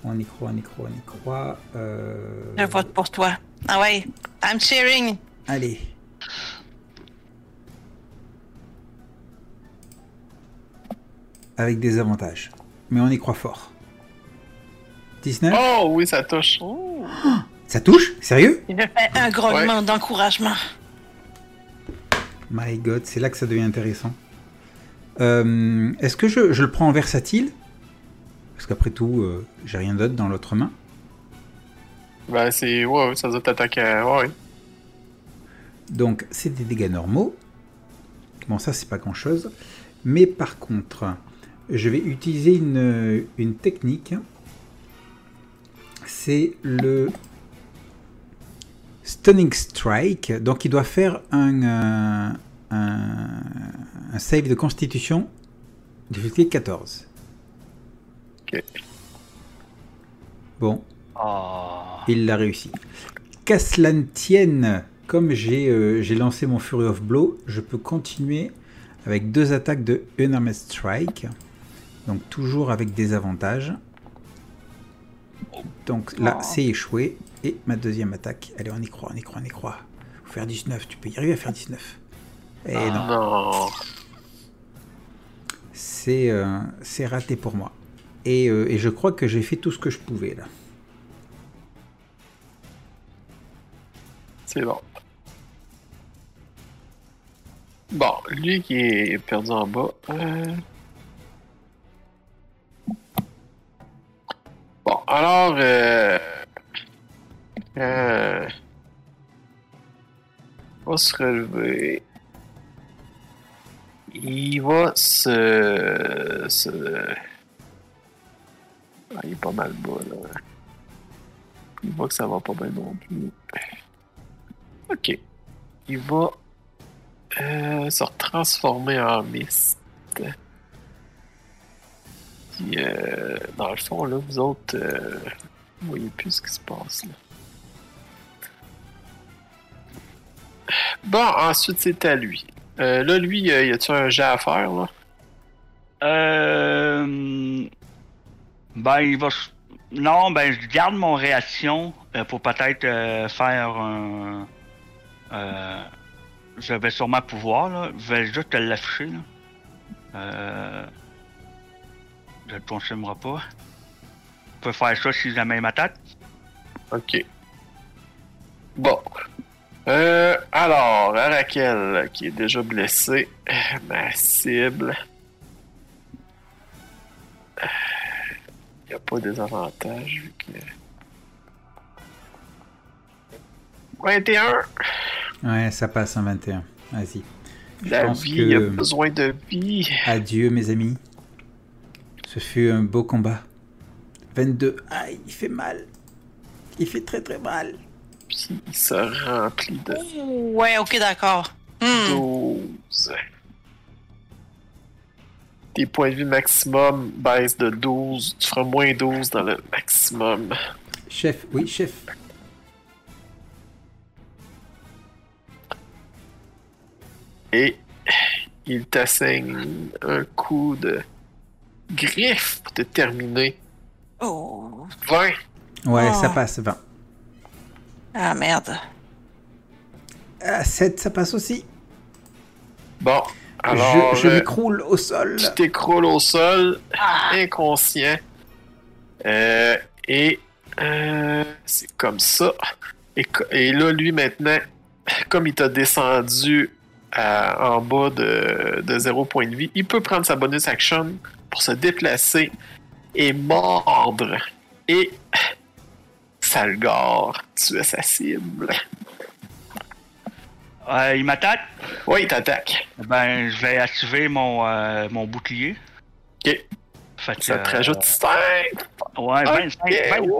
Speaker 3: On y croit, on y croit, on y croit. euh,
Speaker 4: Je vote pour toi. Ah ouais. I'm cheering.
Speaker 3: Allez. Avec des avantages. Mais on y croit fort. 19
Speaker 2: Oh, oui, ça touche.
Speaker 3: Ça touche Sérieux
Speaker 4: Je fais un grognement d'encouragement.
Speaker 3: My God, c'est là que ça devient intéressant. Euh, Est-ce que je, je le prends en versatile Parce qu'après tout, euh, j'ai rien d'autre dans l'autre main.
Speaker 2: Ben, c'est. Ouais, ouais, ça doit t'attaquer. à- Ouais.
Speaker 3: Donc, c'est des dégâts normaux. Bon, ça, c'est pas grand-chose. Mais par contre, je vais utiliser une, une technique. C'est le Stunning Strike. Donc, il doit faire un, euh, un, un save de constitution difficulté 14.
Speaker 2: Ok.
Speaker 3: Bon,
Speaker 5: Ah.
Speaker 3: il l'a réussi. Qu'à cela ne tienne, comme j'ai euh, j'ai lancé mon Fury of Blow, je peux continuer avec deux attaques de Unarmed Strike. Donc toujours avec des avantages. Donc là,
Speaker 4: Oh.
Speaker 3: c'est échoué. Et ma deuxième attaque, allez, on y croit, on y croit, on y croit. Faut faire 19, tu peux y arriver à faire 19. Et non,
Speaker 2: Non.
Speaker 3: c'est euh, c'est raté pour moi. Et, euh, et je crois que j'ai fait tout ce que je pouvais là.
Speaker 2: C'est bon. Bon, lui qui est perdu en bas. euh. Bon, alors. Euh... Euh... il Va se relever. Il va se. se... Ah, il est pas mal bas, là. Il voit que ça va pas bien non plus. Ok. Il va euh, se transformer en mist. Puis, euh, dans le fond, là, vous autres, euh, vous voyez plus ce qui se passe. Là. Bon, ensuite, c'est à lui. Euh, là, lui, euh, y a-tu un jet à faire, là?
Speaker 5: Euh... Ben, il va. s- Non, ben, je garde mon réaction euh, pour peut-être euh, faire un. Euh... Je vais sûrement pouvoir, là. Je vais juste te l'afficher, là. Euh... Je ne consumerai pas. Je peux faire ça si jamais il m'attaque.
Speaker 2: Ok. Bon. Euh, alors, Arakel, Raquel, qui est déjà blessée. Ma cible. Il n'y Euh, a pas de désavantage vu que. 21!
Speaker 3: Ouais, ça passe hein, en 21. Vas-y.
Speaker 2: La
Speaker 3: pense
Speaker 2: vie,
Speaker 3: que-
Speaker 2: il a besoin de vie.
Speaker 3: Adieu, mes amis. Ce fut un beau combat. 22. Aïe, il fait mal. Il fait très très mal.
Speaker 2: Puis il se remplit de
Speaker 4: Ouais, ok, d'accord. Hmm.
Speaker 2: 12. Tes points de vie maximum baissent de 12. Tu feras moins 12 dans le maximum.
Speaker 3: Chef, oui, chef.
Speaker 2: Et il t'assigne un coup de griffe pour te terminer.
Speaker 4: Oh.
Speaker 2: 20.
Speaker 3: Ouais,
Speaker 4: Oh.
Speaker 3: ça passe 20.
Speaker 4: Ah merde.
Speaker 3: Ah, 7, ça passe aussi.
Speaker 2: Bon,
Speaker 3: Je-
Speaker 2: alors
Speaker 3: je
Speaker 2: euh,
Speaker 3: m'écroule au sol.
Speaker 2: tu t'écroules au sol, inconscient. Euh, et euh, c'est comme ça. Et, co- et là, lui, maintenant, comme il t'a descendu à- en bas de, de zéro point de vie, il peut prendre sa bonus action pour se déplacer et mordre. Et Salgore, tu es sa cible.
Speaker 5: Euh, il m'attaque.
Speaker 2: Oui, il t'attaque.
Speaker 5: Ben, je vais activer mon, euh, mon bouclier.
Speaker 2: Ok.
Speaker 5: Fait que,
Speaker 2: Ça te
Speaker 5: euh,
Speaker 2: rajoute 5,
Speaker 5: Ouais, 25,
Speaker 2: Ok.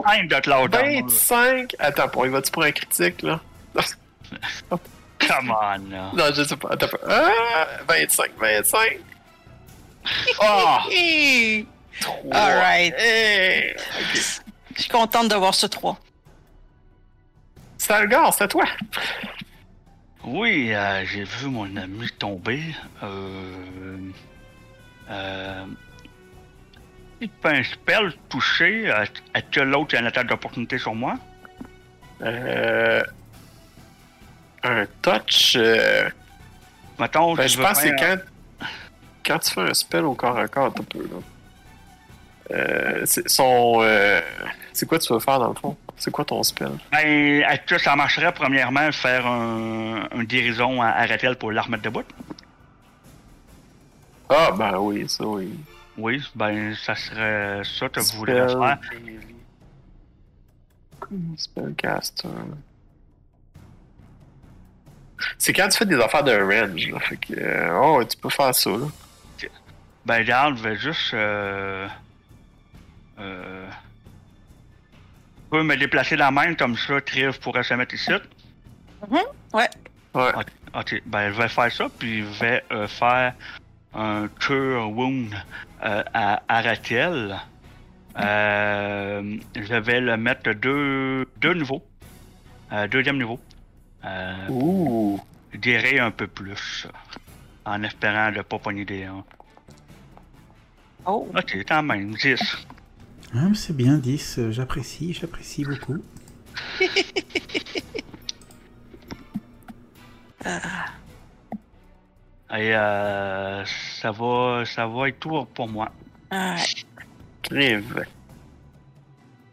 Speaker 5: 25 de cloud armor.
Speaker 2: 25. Attends, pour- il va-tu pour un critique, là?
Speaker 5: Come on, là.
Speaker 2: Non, je sais pas. Attends, pas. Ah, 25, 25. Oh!
Speaker 5: Ah!
Speaker 4: Hi!
Speaker 2: Trois. Eh!
Speaker 4: Alright.
Speaker 2: Hey.
Speaker 4: Je suis contente de voir ce 3.
Speaker 2: Salgar, c'est à toi.
Speaker 5: Oui, euh, j'ai vu mon ami tomber. Euh, euh, il fait un spell touché. euh, Est-ce que l'autre a une attaque d'opportunité sur moi?
Speaker 2: Euh, un touch. euh,
Speaker 5: Mettons,
Speaker 2: ben,
Speaker 5: tu
Speaker 2: je
Speaker 5: Ben, veux
Speaker 2: pense que c'est
Speaker 5: faire-
Speaker 2: quand, quand tu fais un spell au corps à corps, t'as peu, là. Euh, c'est son. euh, c'est quoi tu veux faire dans le fond? C'est quoi ton spell?
Speaker 5: Ben, est-ce que ça marcherait premièrement faire un, un guérison à, à Ratel pour la remettre debout?
Speaker 2: Ah, ben oui, ça oui.
Speaker 5: Oui, ben, ça serait ça que vous voulez
Speaker 2: Spell
Speaker 5: faire.
Speaker 2: melee. Spellcaster. C'est quand tu fais des affaires de range, là. Fait que. euh, Oh, tu peux faire ça, là.
Speaker 5: Ben, regarde, je vais juste. Euh, euh, je peux me déplacer la main comme ça, Triv pourrait se mettre ici.
Speaker 2: Ouais.
Speaker 5: Ok, ben je vais faire ça, puis je vais euh, faire un Cure Wound euh, à, à Raquel. Euh, je vais le mettre deux, deux niveaux. Euh, deuxième niveau. Euh,
Speaker 2: Ouh.
Speaker 5: guérir un peu plus. En espérant de pas pogner des 1.
Speaker 4: Oh.
Speaker 5: Ok, quand même, 10.
Speaker 3: Hum, c'est bien 10, euh, j'apprécie, j'apprécie beaucoup.
Speaker 5: Et euh, ça va ça va être tout pour moi.
Speaker 4: Alright.
Speaker 2: Crive.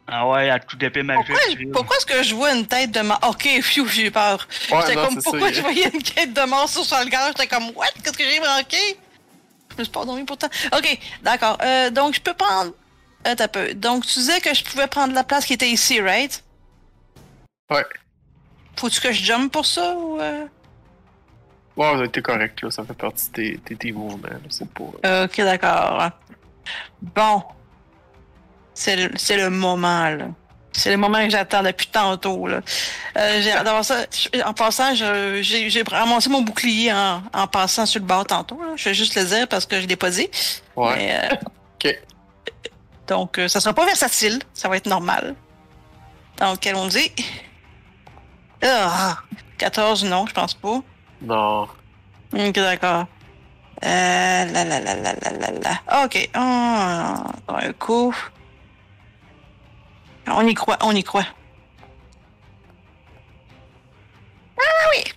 Speaker 5: Ah ouais, à tout d'épée magique.
Speaker 4: Pourquoi, pourquoi est-ce que je vois une tête de mort? Ok, phew, j'ai eu peur.
Speaker 2: Ouais,
Speaker 4: J'étais
Speaker 2: non,
Speaker 4: comme,
Speaker 2: c'est ça.
Speaker 4: pourquoi
Speaker 2: il-
Speaker 4: je voyais une quête de mort sur son gars? J'étais comme, what? Qu'est-ce que j'ai manqué? Je me suis pas endormi pourtant. Ok, d'accord. Euh, donc, je peux prendre. Euh, t'as peu. Donc, tu disais que je pouvais prendre la place qui était ici, right?
Speaker 2: Ouais.
Speaker 4: Faut-tu que je jump pour ça ou. euh?
Speaker 2: Ouais, vous avez été correct, là. Ça fait partie de tes, tes, tes mouvements, là. C'est pour.
Speaker 4: Ok, d'accord. Bon. C'est le, c'est le moment, là. C'est le moment que j'attends depuis tantôt, là. Euh, j'ai- d'abord ça, je- en passant, je- j'ai j'ai ramassé mon bouclier en, en passant sur le bord tantôt, là. Je vais juste le dire parce que je l'ai pas dit.
Speaker 2: Ouais.
Speaker 4: mais, euh,
Speaker 2: Ok.
Speaker 4: Donc, euh, ça sera pas versatile. Ça va être normal. Donc, allons dit. Ah, 14, non, je pense pas.
Speaker 2: Non.
Speaker 4: Ok, d'accord. Euh, là, là, là, là, là, là, là. Ok. Ah, encore un coup. On y croit, on y croit.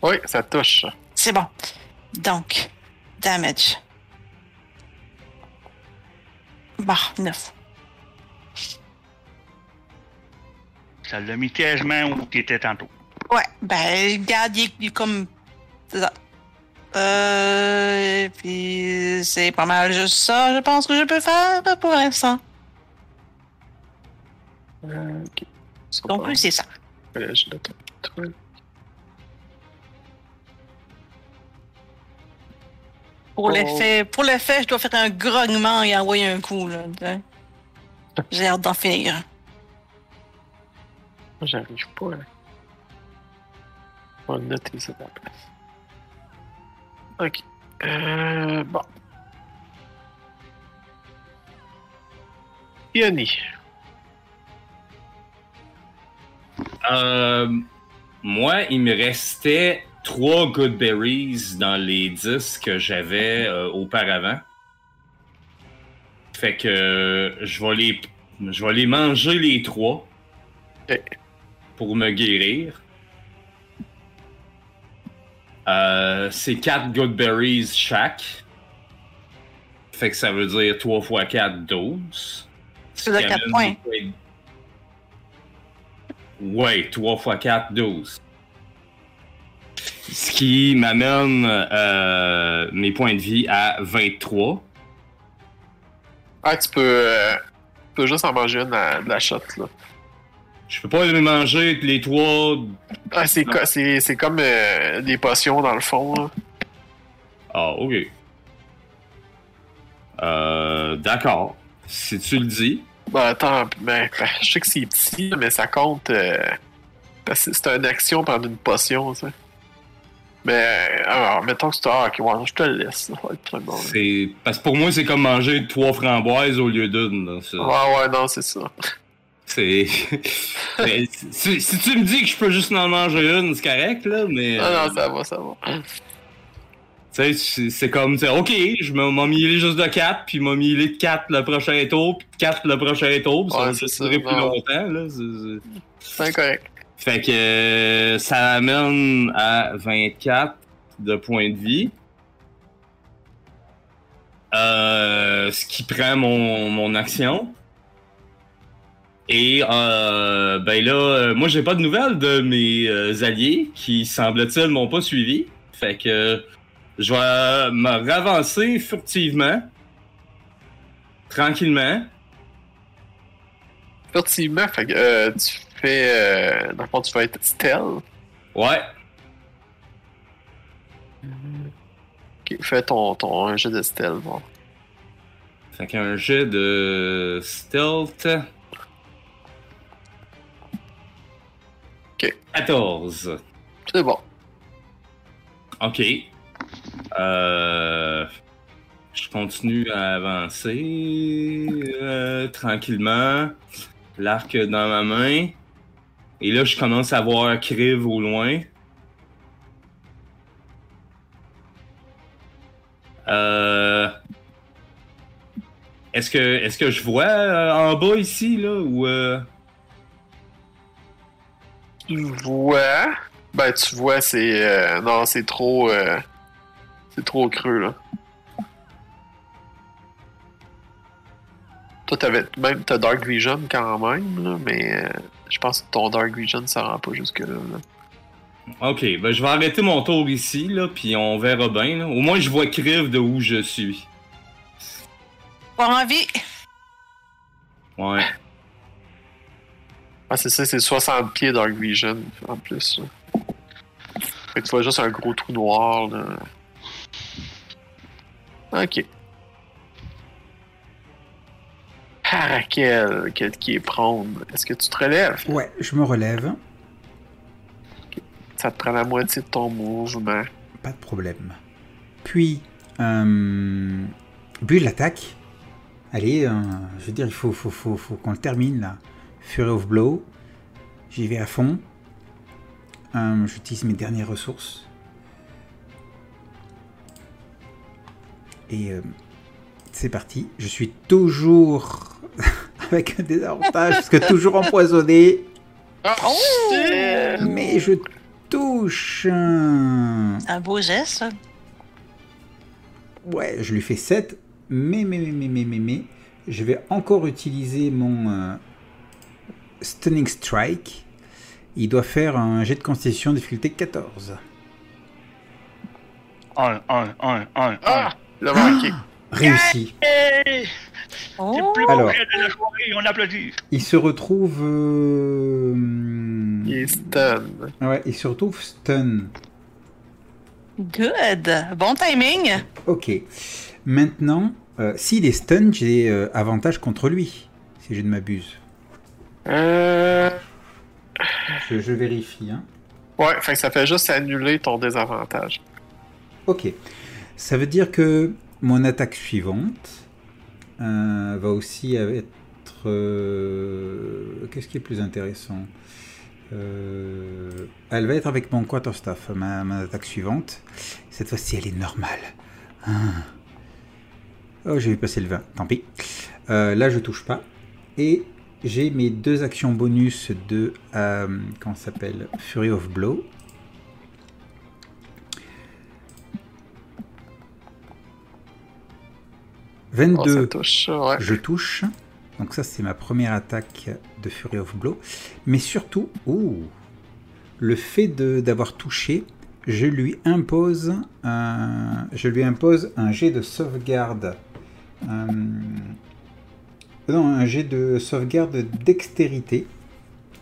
Speaker 2: Oui, ça touche.
Speaker 4: C'est bon. Donc, damage. Bah, 9.
Speaker 5: Ça l'a mis quasiment où il était tantôt.
Speaker 4: Ouais, ben, regarde, bah, il est, il est comme C'est ça. Euh, et puis c'est pas mal juste ça, je pense que je peux faire pour l'instant.
Speaker 2: Euh, ok. Sur
Speaker 4: Donc
Speaker 2: ton
Speaker 4: oui, c'est ça.
Speaker 2: collège de ton étoile.
Speaker 4: Pour
Speaker 2: Oh.
Speaker 4: l'effet, pour l'effet, je dois faire un grognement et envoyer un coup là. dedans. J'ai hâte d'en finir.
Speaker 2: Moi, J'arrive pas à. On va noter ça dans la place. Ok. Euh, bon. Yoni.
Speaker 1: Euh, moi, il me restait trois good berries dans les 10 que j'avais euh, auparavant. Fait que euh, je vais les je vais les manger les trois
Speaker 2: Ok.
Speaker 1: pour me guérir. Euh, c'est quatre good berries chaque. Fait que ça veut dire 3 x 4, 12.
Speaker 4: Ça veut dire quatre points.
Speaker 1: Ouais, 3 x 4, 12. Ce qui m'amène euh, mes points de vie à 23.
Speaker 2: Ah, tu peux. euh, tu peux juste en manger une à- de la shot, là.
Speaker 1: Je peux pas les manger les trois.
Speaker 2: Ah, c'est, co- c'est, c'est comme euh, des potions dans le fond, là.
Speaker 1: Ah, ok. Euh, D'accord. Si tu le dis.
Speaker 2: Bon, attends, ben, ben, je sais que c'est petit, mais ça compte. euh, parce que c'est une action prendre une potion, ça. Mais, euh, alors, mettons que c'est. Ah, ok, ouais, je te le laisse. Ça va être très bon.
Speaker 1: C'est parce que pour moi c'est comme manger trois framboises au lieu d'une. là. C'est-
Speaker 2: Ouais, ouais, non, c'est ça.
Speaker 1: C'est. Mais si, si tu me dis que je peux juste en manger une, c'est correct là, mais.
Speaker 2: Ah, non, ça va, ça va.
Speaker 1: Tu sais, c'est- c'est comme, tu sais, ok, je m'en- m'en millé juste de 4, puis m'en millé de 4 le prochain tour, puis de 4 le prochain tour, puis
Speaker 2: Ouais,
Speaker 1: ça va
Speaker 2: c'est ça,
Speaker 1: durer plus
Speaker 2: non.
Speaker 1: longtemps. Là. C'est- c'est-
Speaker 2: C'est correct.
Speaker 1: Fait que euh, ça amène à 24 de points de vie. Euh, ce qui prend mon, mon action. Et euh, ben là, euh, moi j'ai pas de nouvelles de mes euh, alliés qui semble-t-il m'ont pas suivi. Fait que euh, je vais me ravancer furtivement, tranquillement.
Speaker 2: Furtivement, fait que euh, tu fais. Euh, dans le fond, tu vas être stealth.
Speaker 1: Ouais,
Speaker 2: Ok, fais ton, ton un jeu de stealth. Bon.
Speaker 1: Fait qu'un jet de stealth.
Speaker 2: Ok.
Speaker 1: 14.
Speaker 2: C'est bon.
Speaker 1: Ok. Euh, je continue à avancer euh, tranquillement. L'arc dans ma main. Et là, je commence à voir Crive au loin. Euh, Est-ce que, est que je vois euh, en bas ici, là, ou... euh,
Speaker 2: Tu vois. Ben, tu vois, c'est. euh, non, c'est trop. euh, c'est trop creux, là. Toi, t'avais. Même, t'as Dark Vision quand même, là, mais. euh, je pense que ton Dark Vision, ça rend pas jusque-là. là.
Speaker 1: Ok, ben je vais arrêter mon tour ici, là, puis on verra bien. là. Au moins, je vois Crive de où je suis.
Speaker 4: Pas envie.
Speaker 1: Ouais.
Speaker 2: Ah, c'est ça, c'est 60 pieds Dark Vision, en plus. là. Fait que tu vois juste un gros trou noir, là. Ok. Paraquel, quel qui est prône. Est-ce que tu te relèves?
Speaker 3: Ouais, je me relève.
Speaker 2: Ça te prend la moitié de ton mouvement.
Speaker 3: Pas de problème. Puis, euh, puis l'attaque. Allez, euh, je veux dire, il faut, faut, faut, faut qu'on le termine là. Fury of Blow. J'y vais à fond. Euh, J'utilise mes dernières ressources. Et euh, c'est parti. Je suis toujours avec un désavantage parce que toujours empoisonné.
Speaker 2: Oh!
Speaker 3: Mais je touche. euh,
Speaker 4: Un beau geste. ça.
Speaker 3: Ouais, je lui fais 7, mais, mais, mais, mais, mais, mais, mais, je vais encore utiliser mon euh, Stunning Strike. Il doit faire un jet de constitution difficulté 14.
Speaker 5: 1, 1, 1, 1, 1.
Speaker 2: Ah! Le manqué.
Speaker 3: Réussi.
Speaker 5: Hey! C'est le
Speaker 4: Oh!
Speaker 5: plus beau
Speaker 3: Alors.
Speaker 5: raid de la soirée, on applaudit.
Speaker 3: Il se retrouve. euh,
Speaker 2: Il est stun.
Speaker 3: Ouais, il se retrouve stun.
Speaker 4: Good! Bon timing!
Speaker 3: Ok. Maintenant, euh, s'il est stun, j'ai euh, avantage contre lui, si je ne m'abuse.
Speaker 2: Euh...
Speaker 3: Je, je vérifie. Hein.
Speaker 2: Ouais, fait que ça fait juste annuler ton désavantage.
Speaker 3: Ok. Ça veut dire que mon attaque suivante euh, va aussi être. euh, Qu'est-ce qui est plus intéressant Euh, Elle va être avec mon quarterstaff, ma, ma attaque suivante. Cette fois-ci, elle est normale. Hein. Oh, j'ai vu passer le 20, tant pis. Euh, là, je touche pas. Et j'ai mes deux actions bonus de. Euh, comment ça s'appelle Fury of Blow.
Speaker 2: Oh, ça
Speaker 3: 22
Speaker 2: touche, ouais.
Speaker 3: je touche. Donc ça, c'est ma première attaque de Fury of Blow. Mais surtout, ouh, le fait de- d'avoir touché, je lui impose un, je lui impose un jet de sauvegarde. Euh, non, un jet de sauvegarde dextérité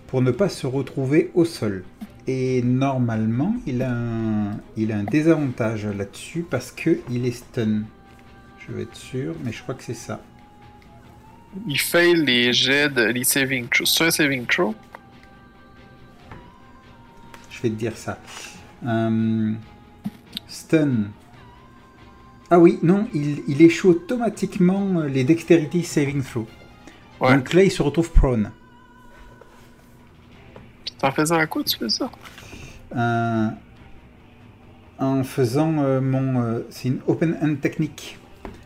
Speaker 3: pour ne pas se retrouver au sol. Et normalement, il a un, il a un désavantage là-dessus parce que il est stun. Je vais être sûr, mais je crois que c'est ça.
Speaker 2: Il fait les jets de les saving throws. C'est un saving throw?
Speaker 3: Je vais te dire ça. Euh, stun. Ah oui, non, il, il échoue automatiquement euh, les dextérity saving throw.
Speaker 2: Ouais.
Speaker 3: Donc là, il se retrouve prone.
Speaker 2: T'en faisais un coup, tu fais ça?
Speaker 3: Euh, en faisant euh, mon... euh, c'est une open hand technique.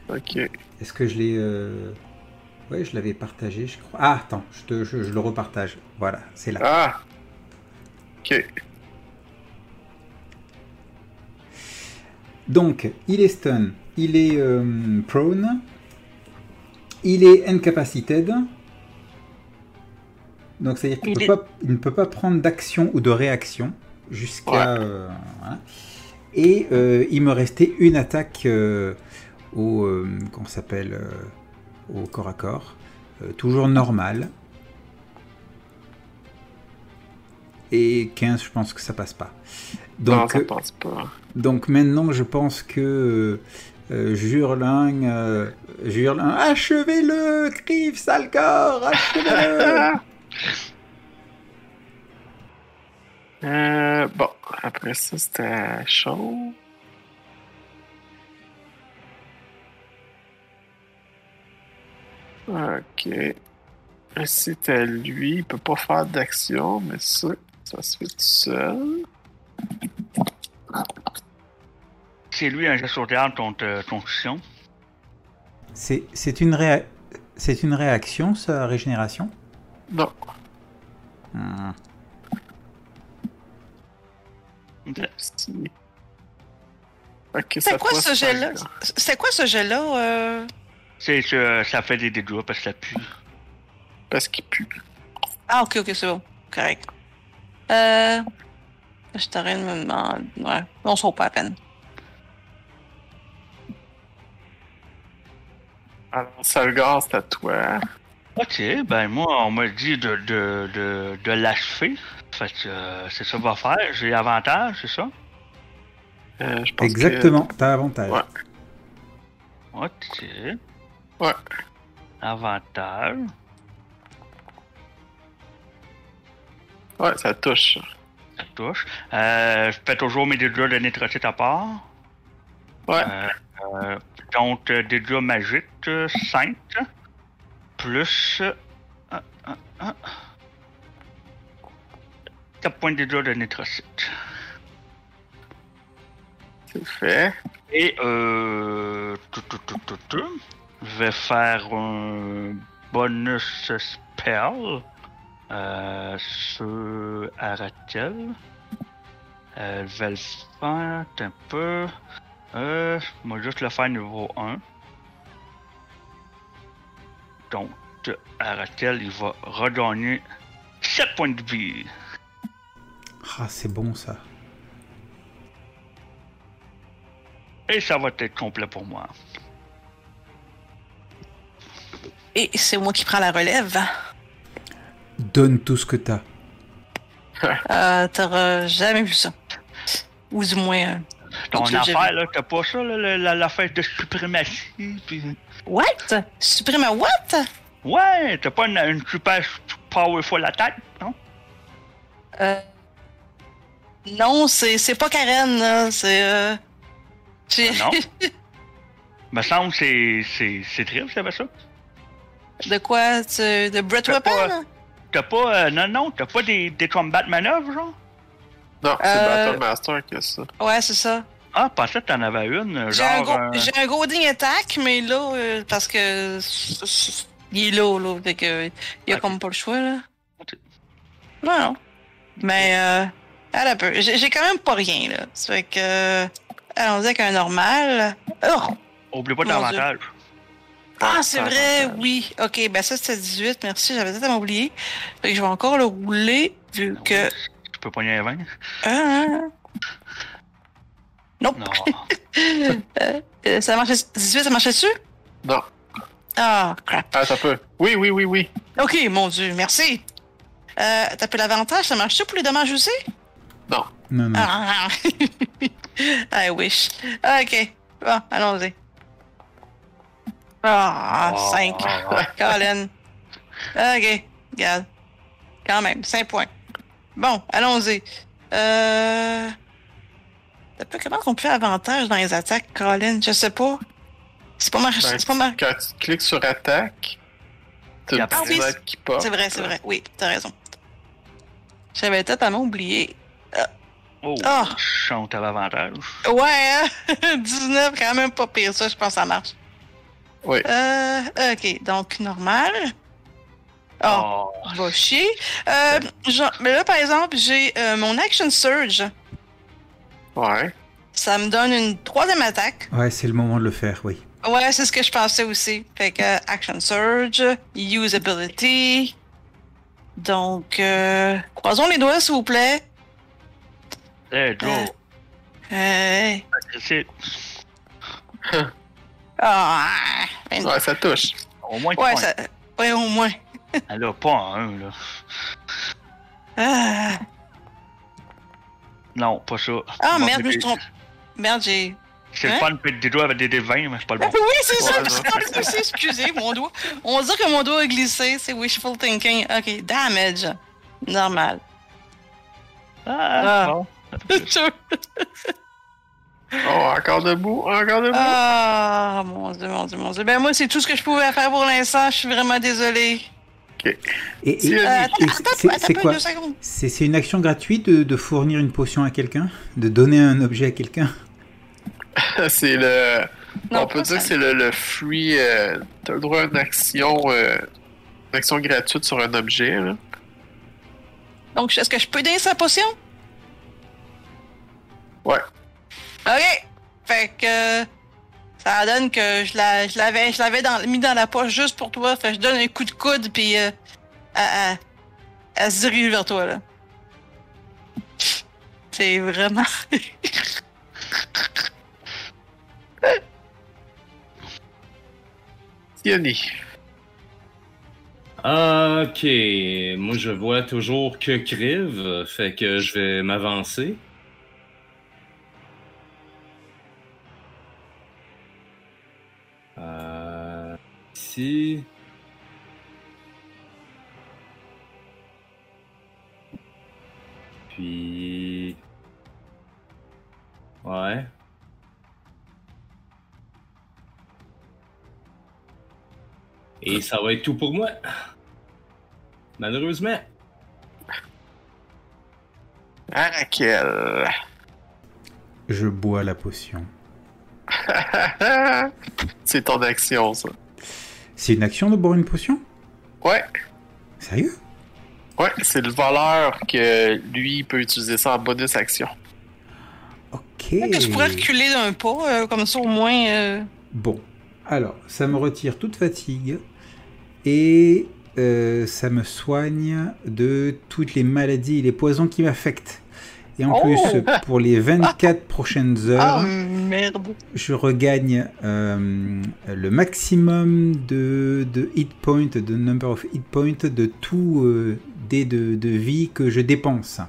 Speaker 2: Ok.
Speaker 3: Est-ce que je l'ai... euh, Ouais, je l'avais partagé, je crois. Ah, attends, je, te- je- je le repartage. Voilà, c'est là.
Speaker 2: Ah! Ok.
Speaker 3: Donc, il est stun, il est euh, prone, il est incapacitated. Donc, c'est-à-dire qu'il
Speaker 4: Il
Speaker 3: peut
Speaker 4: est-
Speaker 3: pas- il ne peut pas prendre d'action ou de réaction jusqu'à. euh, voilà. Et euh, il me restait une attaque euh, au. euh, comment ça s'appelle euh, Au corps à corps. euh, toujours normal. Et 15, je pense que ça passe pas.
Speaker 2: non,
Speaker 3: Donc,
Speaker 2: ça
Speaker 3: euh,
Speaker 2: pense pas.
Speaker 3: donc maintenant, je pense que euh, Jurling, euh, Jurling, achevez-le, Crive, sale corps, achevez-le.
Speaker 2: Euh, bon, après ça, c'était chaud. Ok. Euh, C'était lui, il peut pas faire d'action, mais ça, ça se fait tout seul.
Speaker 5: C'est lui un geste sauvegarde contre euh, constitution.
Speaker 3: c'est, c'est une réa- c'est une réaction, sa régénération.
Speaker 2: Non.
Speaker 3: Hmm.
Speaker 5: Ok.
Speaker 2: si. Ok, ça
Speaker 4: C'est quoi
Speaker 2: fera
Speaker 4: ce
Speaker 2: cinq
Speaker 4: gel-là?
Speaker 2: ans.
Speaker 4: C'est quoi ce gel-là? euh?
Speaker 5: C'est que ça fait des dégâts parce que ça pue.
Speaker 2: Parce qu'il pue.
Speaker 4: Ah, ok, ok, c'est bon. Correct. Euh. Je t'aurais de me demander. Ouais, on se pas à peine.
Speaker 2: Alors, Salgar, c'est à toi.
Speaker 5: Ok, ben moi, on m'a dit de, de, de, de l'achever. Fait que euh, c'est ça qu'on va faire. J'ai avantage, c'est ça?
Speaker 2: Euh, je pense
Speaker 3: Exactement, t'as avantage.
Speaker 2: Ouais.
Speaker 5: Ok.
Speaker 2: Ouais.
Speaker 5: Avantage.
Speaker 2: Que... Ouais, ça touche.
Speaker 5: Ça touche. Euh, je fais toujours mes dégâts de nétrocyte à part.
Speaker 2: Ouais.
Speaker 5: Euh, euh, donc, euh, dégâts magiques, 5. Plus. euh, 4 euh, points de dégâts de nétrocyte.
Speaker 2: C'est fait.
Speaker 5: Et. Euh, tout, tout, tout, tout, tout. Je vais faire un bonus spell. Euh, sur Aratel. Euh, je vais le faire attends un peu. Euh, moi, juste le faire niveau 1. Donc, Aratel, il va regagner 7 points de vie.
Speaker 3: Ah, c'est bon ça.
Speaker 5: Et ça va être complet pour moi.
Speaker 4: Et c'est moi qui prends la relève.
Speaker 3: Donne tout ce que t'as.
Speaker 4: Euh, T'auras jamais vu ça. Ou du moins. euh,
Speaker 5: Ton
Speaker 4: autre chose que j'ai
Speaker 5: affaire,
Speaker 4: vu.
Speaker 5: là, t'as pas ça, là, la, la- la fête de suprématie, puis...
Speaker 4: What? Supprime un what?
Speaker 5: Ouais, t'as pas une, une super powerful attaque, non?
Speaker 4: Euh, Non, c'est c'est pas Karen, là. C'est. Euh... j'ai-
Speaker 5: Non. Me semble que c'est- c'est c'est terrible, j'avais ça.
Speaker 4: de quoi? tu- De Brett
Speaker 5: Je sais
Speaker 4: Weapon?
Speaker 5: pas.
Speaker 4: là?
Speaker 5: T'as pas, euh, non, non, t'as pas des, des combat manœuvres, genre?
Speaker 2: Non, c'est
Speaker 4: Euh,
Speaker 2: Battle Master qui a ça.
Speaker 4: Ouais, c'est ça.
Speaker 5: Ah, je pensais que t'en avais une,
Speaker 4: J'ai un,
Speaker 5: genre...
Speaker 4: go-
Speaker 5: euh,
Speaker 4: j'ai un Golding Attack, mais là, euh, parce que. Il est là, là. Fait que. Il a
Speaker 5: Ok.
Speaker 4: comme pas le choix, là.
Speaker 5: Ok.
Speaker 4: Non, non. Mais, euh. Elle peu. J'ai j'ai quand même pas rien, là. Ça fait que. euh, Allons-y avec un normal. Oh!
Speaker 5: Oublie pas
Speaker 4: Mon Dieu.
Speaker 5: d'avantage.
Speaker 4: Ah,
Speaker 2: Ouais,
Speaker 4: c'est
Speaker 2: ça,
Speaker 4: vrai,
Speaker 5: ah,
Speaker 2: ça.
Speaker 4: oui. Ok, ben ça, c'était 18, merci, j'avais peut-être à m'oublier. Fait que je vais encore le rouler, vu que.
Speaker 5: Tu peux pogner un 20?
Speaker 4: Hein? Nope.
Speaker 5: Non.
Speaker 4: Euh, ça marchait. 18, ça marchait dessus?
Speaker 2: Non.
Speaker 4: Ah, crap.
Speaker 2: Ah, ça peut. Oui, oui, oui, oui.
Speaker 4: Ok, mon Dieu, merci. Euh, t'as peu l'avantage, ça marche-tu pour les dommages aussi?
Speaker 3: Non, non.
Speaker 4: Ah, I wish. Ok, bon, allons-y. Ah,
Speaker 5: Oh.
Speaker 4: 5. Colin. Ok, regarde. Quand même, 5 points. Bon, allons-y. Euh. t'as peu- Comment qu'on peut avantage dans les attaques, Colin? Je sais pas. C'est pas ma. Ben, C'est pas ma.
Speaker 2: Quand tu cliques sur attaque, t'as
Speaker 5: Il y a
Speaker 2: une petite
Speaker 5: pas-
Speaker 4: Ah oui,
Speaker 2: fenêtre qui pop.
Speaker 4: C'est vrai, c'est vrai. Oui, t'as raison. J'avais totalement oublié.
Speaker 5: Oh,
Speaker 4: Ah.
Speaker 5: chante à l'avantage.
Speaker 4: Ouais, hein? 19, quand même pas pire, ça, je pense que ça marche.
Speaker 2: Oui.
Speaker 4: Euh, ok, donc normal.
Speaker 2: Ah.
Speaker 4: Oh,
Speaker 5: Oh.
Speaker 4: va chier. Euh, genre- mais là, par exemple, j'ai euh, mon Action Surge.
Speaker 2: Ouais.
Speaker 4: Ça me donne une troisième attaque.
Speaker 3: Ouais, c'est le moment de le faire, oui.
Speaker 4: Ouais, c'est ce que je pensais aussi. Fait que euh, Action Surge, Usability. Donc, euh, croisons les doigts, s'il vous plaît.
Speaker 5: Let's go.
Speaker 4: Euh,
Speaker 5: C'est-
Speaker 4: Ah, vingt-
Speaker 2: Ouais, ça touche.
Speaker 5: Au moins,
Speaker 4: ouais,
Speaker 5: tu
Speaker 4: ça, ouais, au moins.
Speaker 5: pognes. Elle a pas un, là.
Speaker 4: Ah.
Speaker 5: Non, pas ça.
Speaker 4: Ah,
Speaker 5: Bon,
Speaker 4: merde,
Speaker 5: mais
Speaker 4: je me
Speaker 5: t'es-
Speaker 4: trompe. Merde, j'ai.
Speaker 5: C'est
Speaker 4: Hein?
Speaker 5: le fun de péter des doigts avec des D20, mais c'est pas le
Speaker 4: Ah, Oui,
Speaker 5: bon.
Speaker 4: c'est ça,
Speaker 2: Ouais,
Speaker 4: je
Speaker 2: non.
Speaker 4: suis poussé, excusez, mon doigt. On dirait que mon doigt a glissé, c'est wishful thinking. Ok, damage. Normal.
Speaker 5: Ah,
Speaker 4: Ah.
Speaker 5: bon.
Speaker 2: Oh, encore debout, encore debout.
Speaker 4: Ah, mon dieu, mon dieu, mon dieu. Ben, moi, c'est tout ce que je pouvais faire pour l'instant, je suis vraiment désolée.
Speaker 3: Et, et-
Speaker 2: Si,
Speaker 4: Euh,
Speaker 2: euh,
Speaker 4: attends,
Speaker 3: et
Speaker 4: attends,
Speaker 3: c'est-
Speaker 4: attends
Speaker 3: c'est
Speaker 4: pas
Speaker 3: quoi
Speaker 4: deux secondes.
Speaker 3: c'est c'est une action gratuite de, de fournir une potion à quelqu'un De donner un objet à quelqu'un
Speaker 2: c'est le.
Speaker 4: Non,
Speaker 2: on peut
Speaker 4: pas
Speaker 2: dire que
Speaker 4: ça.
Speaker 2: c'est le, le free. euh, T'as le droit à une action, euh, une action gratuite sur un objet. Là.
Speaker 4: Donc, est-ce que je peux donner sa potion?
Speaker 2: Ouais.
Speaker 4: Ok. Fait que. Ça donne que je la- je l'avais je l'avais dans- mis dans la poche juste pour toi. Fait que je donne un coup de coude, puis. euh, elle, elle- elle se dirige vers toi, là. C'est vraiment.
Speaker 2: Yanni.
Speaker 1: Ok, moi je vois toujours que Crive, euh, fait que je vais m'avancer. Euh, ici. Puis. Ouais. Et ça va être tout pour moi. Malheureusement.
Speaker 2: Ah, Arakel.
Speaker 3: Je bois la potion.
Speaker 2: Ah! c'est ton action, ça.
Speaker 3: C'est une action de boire une potion
Speaker 2: Ouais,
Speaker 3: Sérieux
Speaker 2: ouais, c'est le voleur que lui il peut utiliser ça en bonus action.
Speaker 3: Ok.
Speaker 4: Peut-être que je pourrais reculer d'un pas, euh, comme ça au moins. euh,
Speaker 3: Bon, alors, ça me retire toute fatigue et euh, ça me soigne de toutes les maladies et les poisons qui m'affectent. Et en plus, pour les 24 prochaines heures,
Speaker 4: Oh. Ah, merde.
Speaker 3: je regagne euh, le maximum de, de hit points, de number of hit points de tout euh, dé de, de vie que je dépense.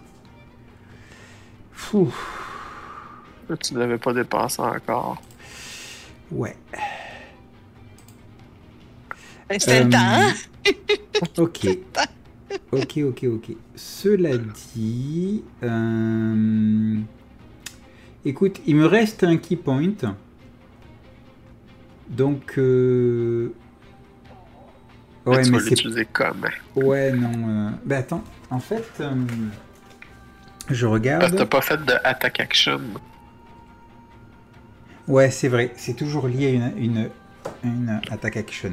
Speaker 3: Fou,
Speaker 2: Là, tu l'avais pas dépensé encore.
Speaker 3: ouais.
Speaker 4: Ben, C'était le temps, hein?
Speaker 3: Ok. Ok, ok, ok. Cela dit, euh, écoute, il me reste un key point. Donc, euh,
Speaker 2: Là,
Speaker 3: ouais,
Speaker 2: tu
Speaker 3: mais
Speaker 2: vas
Speaker 3: c'est Ah,
Speaker 2: l'utiliser comme.
Speaker 3: ouais, non. euh, Ben attends, en fait, euh, je
Speaker 2: Parce que t'as
Speaker 3: regarde.
Speaker 2: pas fait de attack action.
Speaker 3: Ouais, c'est vrai. C'est toujours lié à une, une, une attack action.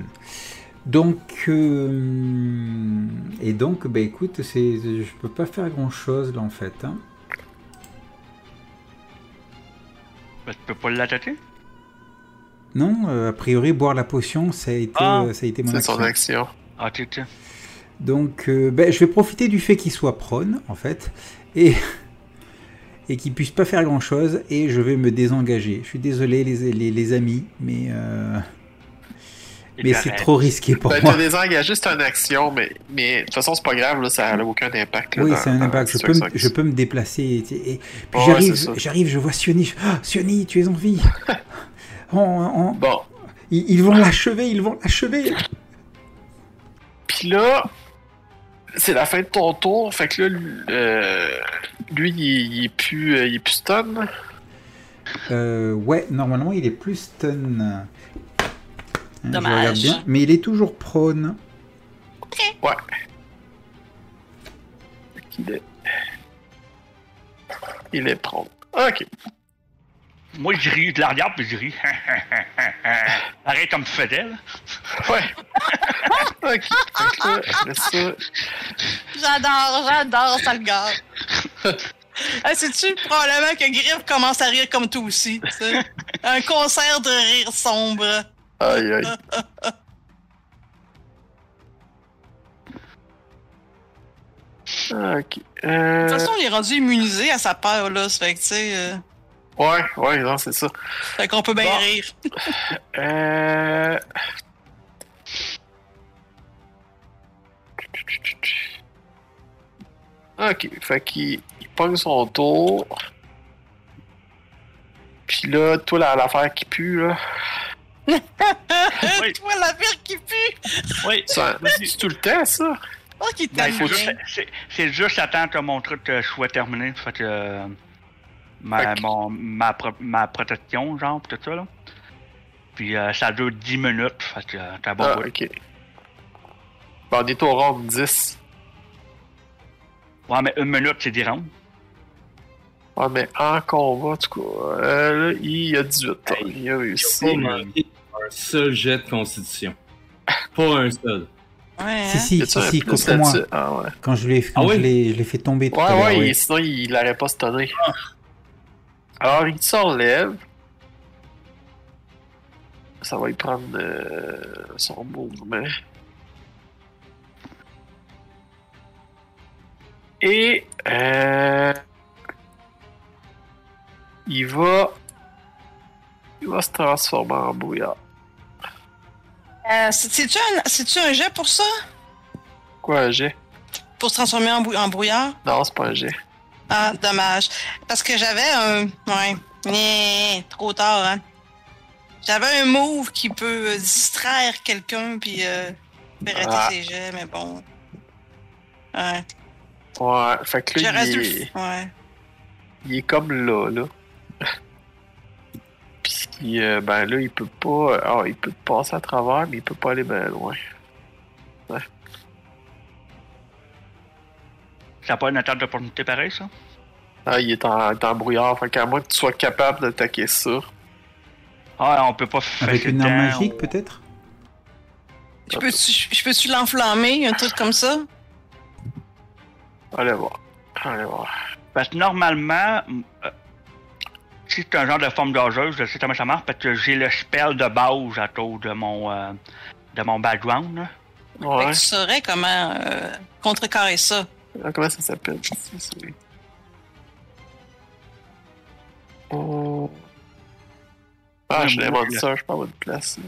Speaker 3: Donc, euh, et donc, bah écoute, c'est, je peux pas faire grand chose là en fait. hein.
Speaker 5: Mais tu peux pas l'attaquer?
Speaker 3: Non, euh, a priori, boire la potion, ça a été,
Speaker 5: Ah,
Speaker 3: euh, ça a été mon
Speaker 2: C'est
Speaker 3: action.
Speaker 2: son action.
Speaker 5: Ah, tiens, tiens.
Speaker 3: Donc, euh, ben, je vais profiter du fait qu'il soit prone, en fait, et, et qu'il puisse pas faire grand-chose, et je vais me désengager. Je suis désolé, les, les, les amis, mais, euh, mais c'est
Speaker 5: T'arrêtes. Bah,
Speaker 3: trop risqué pour
Speaker 2: Ben, t'as
Speaker 3: moi.
Speaker 2: désengagé, c'est une action, mais, mais de toute façon, c'est pas grave, là, ça n'a aucun impact. là,
Speaker 3: Oui,
Speaker 2: dans-
Speaker 3: c'est un
Speaker 2: dans
Speaker 3: impact. Je
Speaker 2: la
Speaker 3: peux, me, je
Speaker 2: situation.
Speaker 3: peux me déplacer. Et, et- et- puis
Speaker 2: Ouais,
Speaker 3: j'arrive,
Speaker 2: c'est ça.
Speaker 3: j'arrive, je vois Sioni. je- Ah, Sioni, tu es en vie. On- on-
Speaker 2: Bon,
Speaker 3: ils, ils vont l'achever, ils vont l'achever.
Speaker 2: Puis là, c'est la fin de ton tour. Fait que là, lui, euh, lui, il, il est plus, euh, il est plus stun.
Speaker 3: Euh, ouais, normalement il est plus stun. Hein, je
Speaker 4: Dommage.
Speaker 3: regarde bien, mais il est toujours prone.
Speaker 2: Il est, il est prompt. Ok.
Speaker 5: Moi, je ris, je la regarde, puis je ris. Arrête comme tu faisais, là.
Speaker 2: Ouais. ok. Fait que là, après ça,
Speaker 4: J'adore, j'adore, ça le gars. ah, Sais-tu, probablement que Griff commence à rire comme tout aussi. tu sais. Un concert de rire sombre.
Speaker 2: aïe aïe. Ok.
Speaker 4: De
Speaker 2: Euh,
Speaker 4: toute façon, on est rendu immunisé à sa peur, là. Ça fait que, tu sais, euh,
Speaker 2: ouais, ouais, non, c'est ça.
Speaker 4: fait qu'on peut bien
Speaker 2: Bon.
Speaker 4: rire.
Speaker 2: Euh... Ok, fait qu'il il pogne son tour. Puis là, toi, la- l'affaire qui pue, là.
Speaker 5: Oui.
Speaker 4: Toi, la pire qui pue!
Speaker 5: Oui.
Speaker 2: ça- C'est tout le temps, ça?
Speaker 4: Oh, qui
Speaker 5: Ben,
Speaker 4: t'aime
Speaker 5: faut
Speaker 4: bien.
Speaker 5: juste- c'est- c'est juste attendre que mon truc euh, soit terminé. Fait que. euh,
Speaker 2: Fait
Speaker 5: ma,
Speaker 2: que-
Speaker 5: mon- ma, pro- ma protection, genre, pis tout ça, là. Puis euh, ça dure 10 minutes. Fait que euh, t'as bon
Speaker 2: ah,
Speaker 5: bout.
Speaker 2: ok. Ben, on est au round 10.
Speaker 5: Ouais, mais une minute, c'est 10 rounds.
Speaker 2: Ouais, Ah, mais en combat, du coup. Euh, là, il y a 18. hein. Il a réussi.
Speaker 1: Pas manqué un seul jet de constitution. Pas un seul.
Speaker 4: Ouais,
Speaker 3: Si,
Speaker 4: hein.
Speaker 3: si,
Speaker 2: Y a-tu
Speaker 3: si,
Speaker 2: un
Speaker 3: si,
Speaker 2: plus
Speaker 3: contre-moi.
Speaker 2: là-dessus? Ah, ouais.
Speaker 3: Quand je l'ai quand
Speaker 1: Ah oui
Speaker 3: je l'ai- je l'ai fait tomber tout
Speaker 2: Ouais,
Speaker 3: à
Speaker 2: ouais, Ah.
Speaker 3: l'heure, oui.
Speaker 2: il- sinon il l'aurait pas stunné. Alors il s'enlève. Ça va lui prendre euh, son mouvement. Et euh, il va. Il va se transformer en brouillard.
Speaker 4: Euh, c'est- C'est-tu un, c'est-tu un jet pour ça?
Speaker 2: Quoi un jet?
Speaker 4: Pour se transformer en, brou- en brouillard?
Speaker 2: Non, c'est pas un jet.
Speaker 4: Ah, dommage. Parce que j'avais un. Ouais. Mais trop tard, hein. J'avais un move qui peut euh, distraire quelqu'un puis euh, faire rater
Speaker 2: Ah.
Speaker 4: ses jets, mais bon. Ouais.
Speaker 2: Ouais, fait que là,
Speaker 4: J'aurais
Speaker 2: il
Speaker 4: dû. le
Speaker 2: est-
Speaker 4: f- Ouais.
Speaker 2: il est comme là, là. Puis, euh, ben là, il peut pas. Ah, il peut passer à travers, mais il peut pas aller bien loin.
Speaker 5: Ça pas une attente d'opportunité pareille, ça?
Speaker 2: Ah, il est en, il est en brouillard, fait qu'à moins que tu sois capable d'attaquer ça.
Speaker 5: Ah, on peut pas faire
Speaker 3: Avec
Speaker 5: le
Speaker 3: une arme
Speaker 5: temps,
Speaker 3: magique,
Speaker 5: ou-
Speaker 3: peut-être
Speaker 2: Ah.
Speaker 4: Je peux-tu je peux l'enflammer, un truc comme ça?
Speaker 2: Allez voir. Allez voir.
Speaker 5: Parce que normalement, euh, si c'est un genre de forme gageuse, je sais comment ça marche, parce que j'ai le spell de base à cause de mon, euh, de mon background. là.
Speaker 4: Fait que
Speaker 2: Ouais.
Speaker 4: tu saurais comment euh, contrecarrer ça.
Speaker 2: Ah, comment ça s'appelle? C'est- c'est- Oh. Ah,
Speaker 5: Ouais,
Speaker 2: je
Speaker 5: moi,
Speaker 2: l'invente
Speaker 5: là.
Speaker 2: ça, je parle de place. là.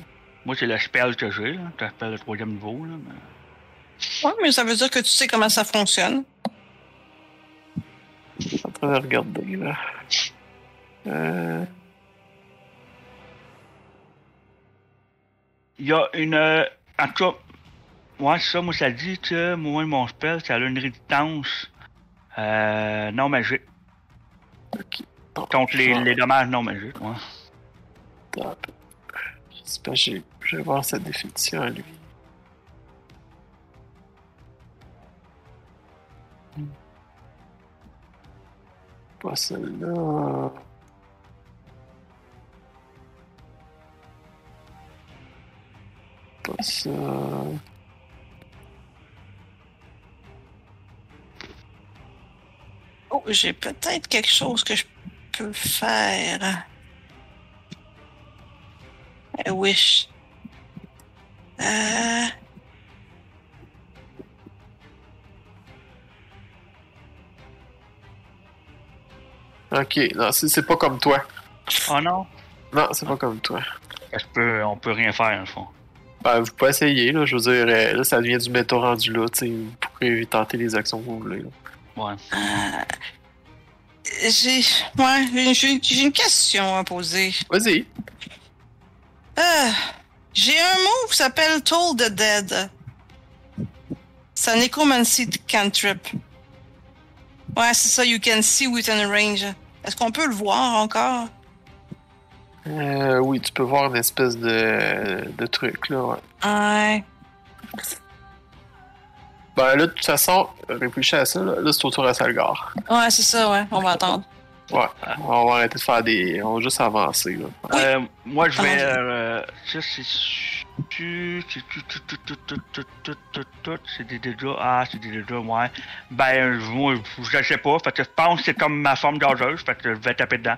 Speaker 5: Moi, c'est le spell que j'ai, là. C'est un spell de troisième niveau, là. mais-
Speaker 4: Ouais, mais ça veut dire que tu sais comment ça fonctionne.
Speaker 2: Je suis en train de regarder, là. Euh...
Speaker 5: Il y a une. euh, En tout cas, moi, ça, moi, ça dit que moi, mon spell, ça a une résistance euh, non magique.
Speaker 2: Ok. Ah.
Speaker 5: Contre les,
Speaker 2: Ouais.
Speaker 5: les dommages non magiques, ouais.
Speaker 2: Top. Je sais pas, j'ai- je vais voir sa définition à lui. Pas celle-là. Pas ça.
Speaker 4: Oh, j'ai peut-être quelque chose que je peux faire. I wish. Euh...
Speaker 2: Ok, non, c'est c'est pas comme toi.
Speaker 5: Oh non?
Speaker 2: Non, c'est pas comme toi.
Speaker 5: Parce que peut- on peut rien faire, dans le fond.
Speaker 2: Ben, vous pouvez essayer, là. Je veux dire, euh, là, ça devient du métaux rendu là. Tu sais, vous pouvez tenter les actions que vous voulez. là.
Speaker 5: Ouais.
Speaker 4: J'ai ouais, j'ai- j'ai- j'ai une question à poser.
Speaker 2: Vas-y.
Speaker 4: Ah, j'ai un mot qui s'appelle Toll the Dead. C'est un Necromancy cantrip. Ouais, c'est ça, you can see within range. Est-ce qu'on peut le voir encore?
Speaker 2: Euh, oui, tu peux voir une espèce de, de truc, là. ouais.
Speaker 4: Ouais.
Speaker 2: Ben, là, de toute façon, réfléchis à ça. Là, Là, c'est autour à Salgar.
Speaker 4: Ouais, c'est ça, ouais. On va attendre.
Speaker 2: Ouais.
Speaker 4: Ah.
Speaker 2: On va arrêter de faire des. On va juste avancer, là.
Speaker 4: Oui.
Speaker 5: Euh, moi, je vais.
Speaker 4: Ah.
Speaker 5: euh, ça, c'est. su- tu- tu- tu- tu- tu- tu- tu- tu- tu- tu- tu- C'est des dégâts. Ah, c'est des dégâts, ouais. Ben, je- moi, je- je le sais pas. Fait que je pense que c'est comme ma forme dangereuse. Fait que je vais taper dedans.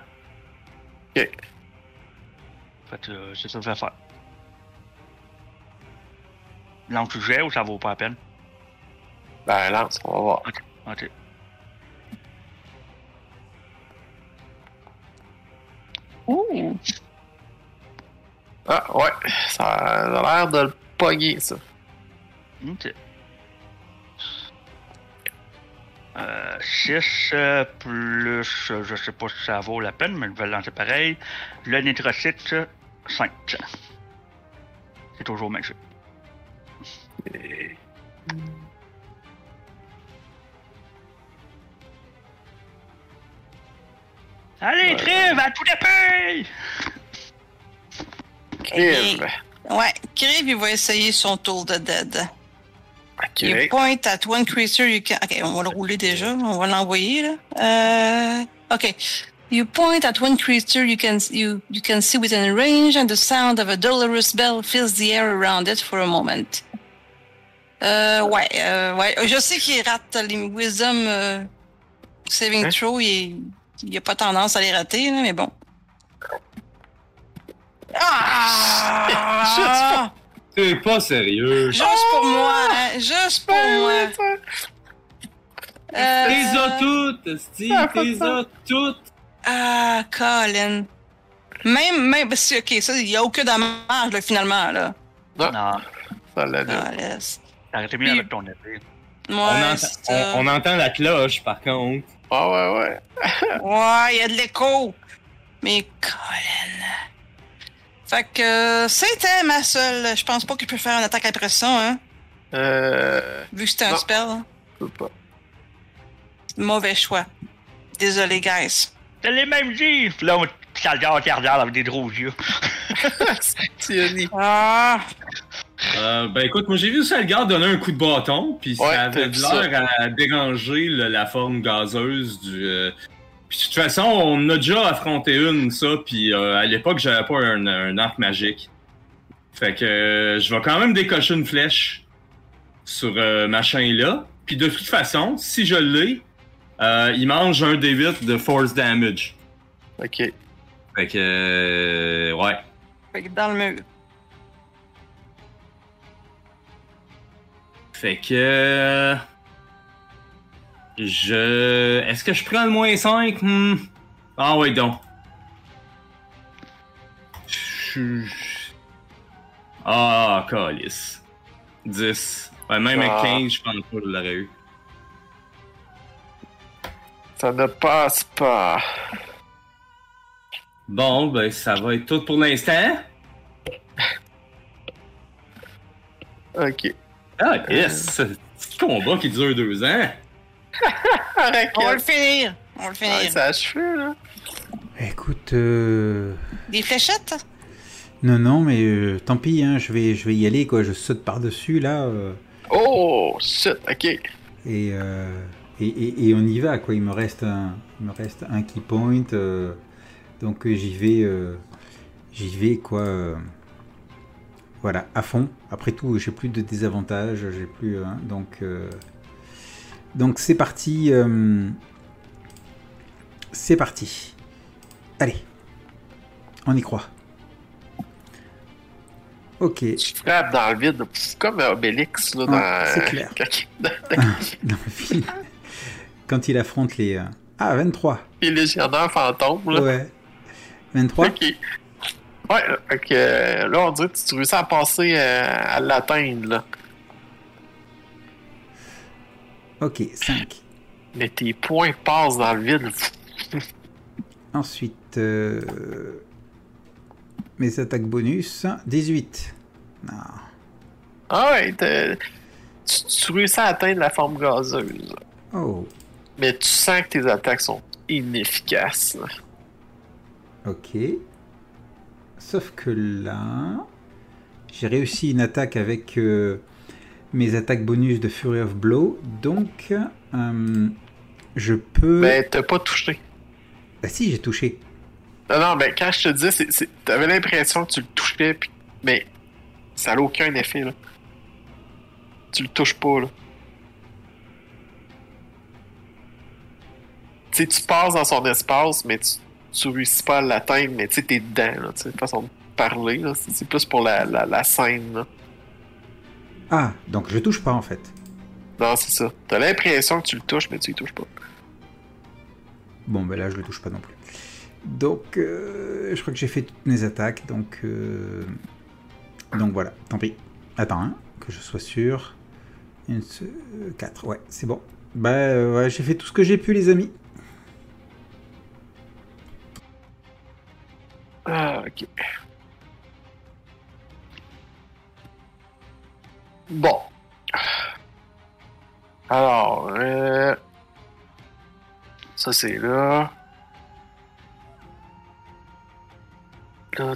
Speaker 2: Ok.
Speaker 5: Fait que euh, c'est ça que je vais faire. Lance le jet ou ça vaut pas la peine?
Speaker 2: Ben, lance, on va voir.
Speaker 5: Ok.
Speaker 4: Ouh.
Speaker 2: Ah, ouais. Ça a l'air de le pogner, ça.
Speaker 5: Ok. Euh, 6 plus, euh, je sais pas si ça vaut la peine, mais je vais le lancer pareil. Le nitrocyte, 5. C'est toujours magique. Allez,
Speaker 2: Ouais.
Speaker 5: crève à tout d'épée!
Speaker 4: Eh
Speaker 2: Crive.
Speaker 4: Ouais, Crave, il va essayer son Toll the Dead.
Speaker 2: Ok.
Speaker 4: You point at one creature you can. Ok, on va le rouler déjà. On va l'envoyer là. Euh... Ok. You point at one creature you can you you can see within range, and the sound of a dolorous bell fills the air around it for a moment. Euh, ouais, euh, ouais. Je sais qu'il rate les wisdom euh, saving
Speaker 2: Hein?
Speaker 4: throw. Il, il a pas tendance à les rater, là, mais bon. Ah!
Speaker 1: T'es pas sérieux.
Speaker 4: Juste pour moi, hein? Juste pour moi.
Speaker 2: Ah, Ouais, ouais,
Speaker 4: Euh,
Speaker 1: T'es as toutes, Steve, t'es as toutes.
Speaker 4: Ah, Colin. Même, même, parce que, ok, ça, il n'y a aucun dommage, là, finalement, là.
Speaker 5: Non,
Speaker 2: Ça l'a dit.
Speaker 4: Ah, laisse.
Speaker 5: t'arrêtais bien avec ton épée.
Speaker 1: on,
Speaker 4: Ouais,
Speaker 1: entend,
Speaker 4: c'est ça.
Speaker 1: on, on entend la cloche, par contre.
Speaker 2: Ah, ouais, ouais.
Speaker 4: Ouais, il y a de l'écho. Mais Colin. Fait que euh, c'était ma seule. Je pense pas que je peux faire une attaque après ça, hein.
Speaker 2: Euh.
Speaker 4: Vu que c'était un
Speaker 2: Non.
Speaker 4: spell. hein.
Speaker 2: Je peux pas.
Speaker 4: Mauvais choix. Désolé, guys.
Speaker 5: T'as les mêmes dit! Puis Là, on ça le garde, ça le garde avec des gros yeux.
Speaker 2: Tiony.
Speaker 4: Ah!
Speaker 1: Euh, ben écoute, moi j'ai vu ça, le gars donner un coup de bâton, puis
Speaker 2: Ouais,
Speaker 1: ça
Speaker 2: t'as
Speaker 1: avait
Speaker 2: vu ça.
Speaker 1: l'air à déranger le- la forme gazeuse du. euh, Puis de toute façon, on a déjà affronté une, ça, puis euh, à l'époque, j'avais pas un, un arc magique. Fait que euh, je vais quand même décocher une flèche sur euh, machin-là. Puis de toute façon, si je l'ai, euh, il mange un D8 de force damage.
Speaker 2: Ok.
Speaker 1: Fait que. euh, ouais.
Speaker 4: Fait que dans le mur.
Speaker 1: Fait que. Je. Est-ce que je prends le moins 5 Hmm. Ah oui, donc. je. je- Ah, calice. 10. Ouais, même
Speaker 2: Ah.
Speaker 1: à 15, je pense pas que je l'aurais eu.
Speaker 2: Ça ne passe pas.
Speaker 1: Bon, ben, ça va être tout pour l'instant.
Speaker 2: Ok.
Speaker 1: Ah, yes! Petit combat qui dure deux ans.
Speaker 2: Arrête,
Speaker 4: On va le finir. On va
Speaker 2: Ah,
Speaker 4: le finir.
Speaker 2: ça achevé, là.
Speaker 3: Écoute, euh,
Speaker 4: Des fléchettes?
Speaker 3: non, non, mais euh, tant pis, hein, je, vais, je vais y aller, quoi. Je saute par-dessus, là, euh,
Speaker 2: Oh, shit, ok.
Speaker 3: et, euh, et, et- et on y va, quoi. Il me reste un, il me reste un key point, euh, donc euh, j'y vais, euh, j'y vais, quoi. euh, voilà, à fond. Après tout, j'ai plus de désavantages, j'ai plus, hein, donc, euh, donc c'est parti, euh, c'est parti. Allez, on y croit. Ok.
Speaker 2: Tu frappes dans le vide, pff, comme Obélix, là,
Speaker 3: Ouais,
Speaker 2: dans...
Speaker 3: Ah, c'est clair.
Speaker 2: Quand-
Speaker 3: dans le film. Quand il affronte les. euh, Ah, 23.
Speaker 2: Les légionnaires fantômes, là.
Speaker 3: Ouais. 23
Speaker 2: Ok. Ouais, là, fait que, euh, là, on dirait que tu réussis à passer euh, à l'atteindre, là.
Speaker 3: Ok, 5.
Speaker 2: Mais tes points passent dans le vide. pff,
Speaker 3: Ensuite. euh, Mes attaques bonus. 18. Non.
Speaker 2: Ah ouais, t'es- tu, tu réussis à atteindre la forme gazeuse.
Speaker 3: Oh,
Speaker 2: Mais tu sens que tes attaques sont inefficaces.
Speaker 3: ok. Sauf que là. J'ai réussi une attaque avec euh, mes attaques bonus de Fury of Blow. Donc. euh, je peux.
Speaker 2: Mais t'as pas touché.
Speaker 3: Ah si, j'ai touché.
Speaker 2: Non, non, mais quand je te dis, c'est- c'est- t'avais l'impression que tu le touchais, puis- mais ça n'a aucun effet, là. Tu le touches pas, là. Tu sais, tu passes dans son espace, mais tu, tu réussis pas à l'atteindre, mais tu sais, t'es dedans, là. Tu sais, de façon de parler, là. C'est c'est plus pour la, la, la scène, là.
Speaker 3: Ah, donc je touche pas en fait.
Speaker 2: Non, c'est ça. T'as l'impression que tu le touches, mais tu le touches pas.
Speaker 3: Bon, ben là, je le touche pas non plus. Donc, euh, je crois que j'ai fait toutes mes attaques. Donc, euh, donc voilà, tant pis. Attends, hein, que je sois sûr. 4, ouais, c'est bon. Bah, euh, ouais, j'ai fait tout ce que j'ai pu, les amis.
Speaker 2: Ah, ok. Bon. Alors, euh... ça c'est là. Là.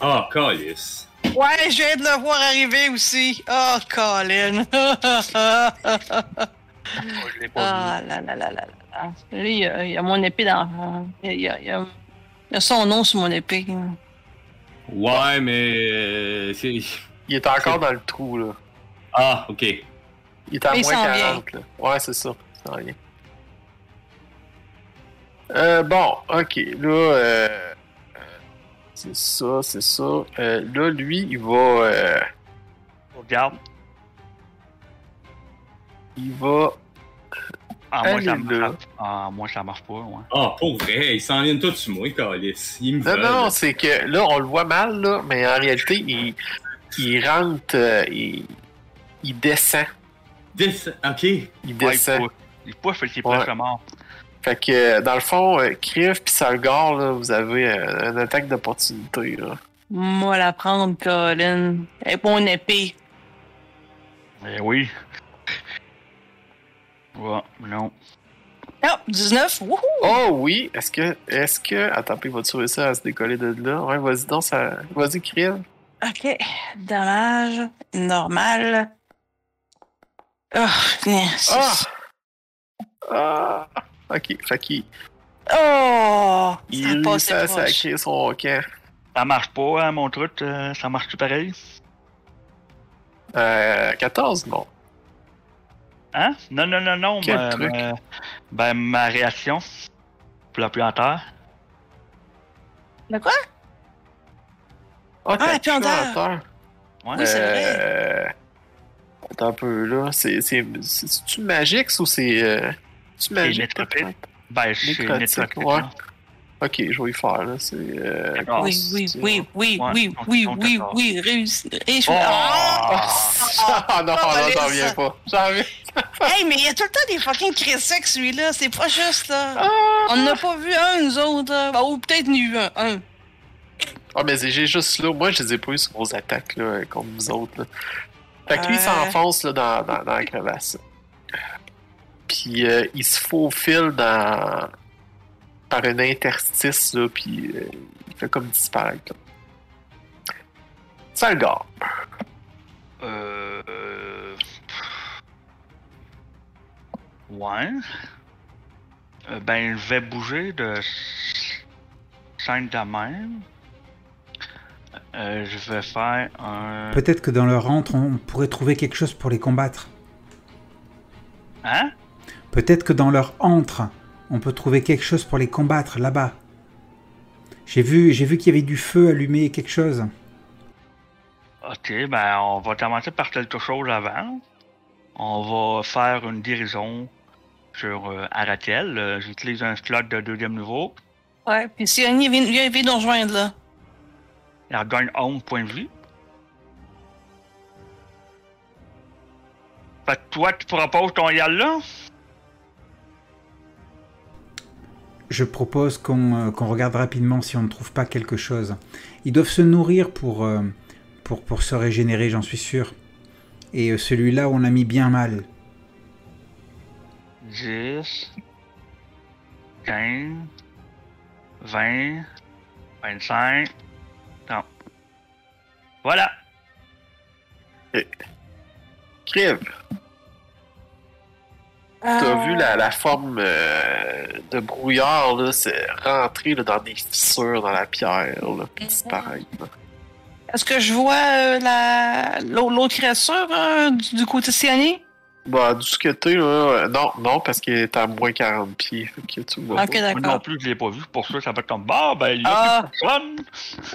Speaker 1: Ah, calice.
Speaker 4: Ouais, je viens de le voir arriver aussi. Oh, Colin.
Speaker 5: Moi, je l'ai pas
Speaker 4: Ah là là là là là là. Lui, il y a, il y a mon épée dans. Il y a, il y a- il y a son nom sur mon épée.
Speaker 1: Ouais, mais. euh, c'est-
Speaker 2: Il est encore dans le trou, là.
Speaker 1: Ah, ok.
Speaker 2: Il est à
Speaker 4: Il
Speaker 2: moins
Speaker 4: s'en
Speaker 2: 40, là. Ouais, c'est ça. Il s'en vient. Euh, bon, ok. Là, euh, euh, c'est ça, c'est ça. Euh, là, lui, il va. euh,
Speaker 5: vu. Regarde.
Speaker 2: il va.
Speaker 5: Ah, moi, ça
Speaker 2: Elle est là.
Speaker 5: marche. Ah, moi, ça marche pas, ouais.
Speaker 1: Ah, pour vrai, ils s'en viennent tous sur moi, calice. Ils me
Speaker 5: Euh,
Speaker 2: Non,
Speaker 1: veulent.
Speaker 2: non, c'est que là, on le voit mal, là, mais en réalité, il, il rentre, euh, il, il descend.
Speaker 1: Dix- Ok.
Speaker 2: Il
Speaker 5: Ouais,
Speaker 2: descend.
Speaker 5: il pousse. Il pousse, fait qu'il
Speaker 2: Ouais.
Speaker 5: place le mort.
Speaker 2: fait que, euh, dans le fond, euh, Criff pis Salgar, là, vous avez euh, une attaque d'opportunité, là.
Speaker 4: Moi, la prendre, Colin. Avec mon épée.
Speaker 5: Eh oui. Ouais, non.
Speaker 4: Oh, 19. Wouhou!
Speaker 2: Oh oui! Est-ce que. Est-ce que. Attends, il va trouver ça à se décoller de là. Ouais, vas-y donc, ça. Vas-y, Kriv.
Speaker 4: Ok. Dommage. Normal. Oh, putain, c'est-
Speaker 2: Ah! Ah! Ok, fait qu'il
Speaker 4: Oh!
Speaker 2: il
Speaker 4: Ça a
Speaker 2: réussit
Speaker 4: passé
Speaker 2: à
Speaker 4: proche.
Speaker 2: sacrer son camp.
Speaker 5: Ça marche pas, hein, mon truc. euh, ça marche tout pareil.
Speaker 2: Euh, 14, non.
Speaker 5: Hein? Non, non, non, non.
Speaker 2: Quel
Speaker 5: ben,
Speaker 2: truc?
Speaker 5: ben, ben, ma réaction. Pour la plus en terre.
Speaker 4: De quoi?
Speaker 2: Ah,
Speaker 4: Ah,
Speaker 2: t'as
Speaker 4: la
Speaker 2: plus en
Speaker 4: puanteur.
Speaker 2: terre.
Speaker 5: Ouais.
Speaker 4: Oui, c'est vrai.
Speaker 2: Euh, Attends un peu, là. C'est, c'est, c'est, c'est-tu Magix ou c'est. Euh... C'est Magix?
Speaker 5: Nécropite. Ben, je suis
Speaker 2: Nécrotique,
Speaker 5: nécrotique.
Speaker 2: ouais.
Speaker 5: là.
Speaker 2: Ok, je vais y faire, là. C'est. euh,
Speaker 5: D'accord.
Speaker 4: Oui, oui,
Speaker 2: c'est-
Speaker 4: oui, oui,
Speaker 5: Ouais,
Speaker 4: oui,
Speaker 5: on-
Speaker 4: oui,
Speaker 5: on
Speaker 4: oui,
Speaker 5: t'attend.
Speaker 4: oui, réussi. Et je-
Speaker 5: Oh!
Speaker 2: Ah non, non, j'en viens pas. J'en viens.
Speaker 4: Ah! Hey, mais il y a tout le temps des fucking critiques, celui-là. C'est pas juste, là.
Speaker 2: Ah!
Speaker 4: On n'a pas vu un, nous autres. là. Ben, ou peut-être nu un. un.
Speaker 2: Ah, mais j'ai juste là. Moi, je les ai pas eu sur vos attaques, là, comme vous autres, là. Fait que lui, il
Speaker 4: Ouais.
Speaker 2: s'enfonce, là, dans, dans, dans la crevasse. Puis, euh, il se faufile dans. par un interstice, là, puis euh, il fait comme disparaître, là. Ça le gars.
Speaker 5: Euh, euh, Ouais. Euh, ben, je vais bouger de 5 de même. Euh, je vais faire un.
Speaker 3: Peut-être que dans leur rentre, on pourrait trouver quelque chose pour les combattre.
Speaker 5: Hein?
Speaker 3: Peut-être que dans leur antre, on peut trouver quelque chose pour les combattre là-bas. J'ai vu, j'ai vu qu'il y avait du feu allumé et quelque chose.
Speaker 5: Ok, ben, on va commencer par quelque chose avant. On va faire une guérison sur euh, Aratel. Euh, J'utilise un slot de deuxième niveau.
Speaker 4: Ouais, puis si Annie vient, lui, vient nous rejoindre, là.
Speaker 5: Elle regagne 11 points de vie. Fait que toi, tu proposes ton yal là?
Speaker 3: Je propose qu'on euh, qu'on regarde rapidement si on ne trouve pas quelque chose. Ils doivent se nourrir pour, euh, pour, pour se régénérer, j'en suis sûr. Et euh, celui-là, on l'a mis bien mal.
Speaker 5: 10, 15, 20, 25. Non. Voilà.
Speaker 2: Crive, t'as vu la, la forme euh, de brouillard, là, c'est rentré là, dans des fissures dans la pierre, là, puis disparaître. là.
Speaker 4: Est-ce que je vois euh, la l'au- l'autre créature hein, du, du côté Siani?
Speaker 2: Bah, du que t'es, là, euh, non, non, parce qu'il est à moins 40 pieds, fait que tu vois
Speaker 4: Ok,
Speaker 2: pas.
Speaker 5: Moi non
Speaker 4: d'accord.
Speaker 5: plus, je l'ai pas vu. Pour ça, ça va être comme bah, ben, il y a
Speaker 4: Ah.
Speaker 5: plus personne.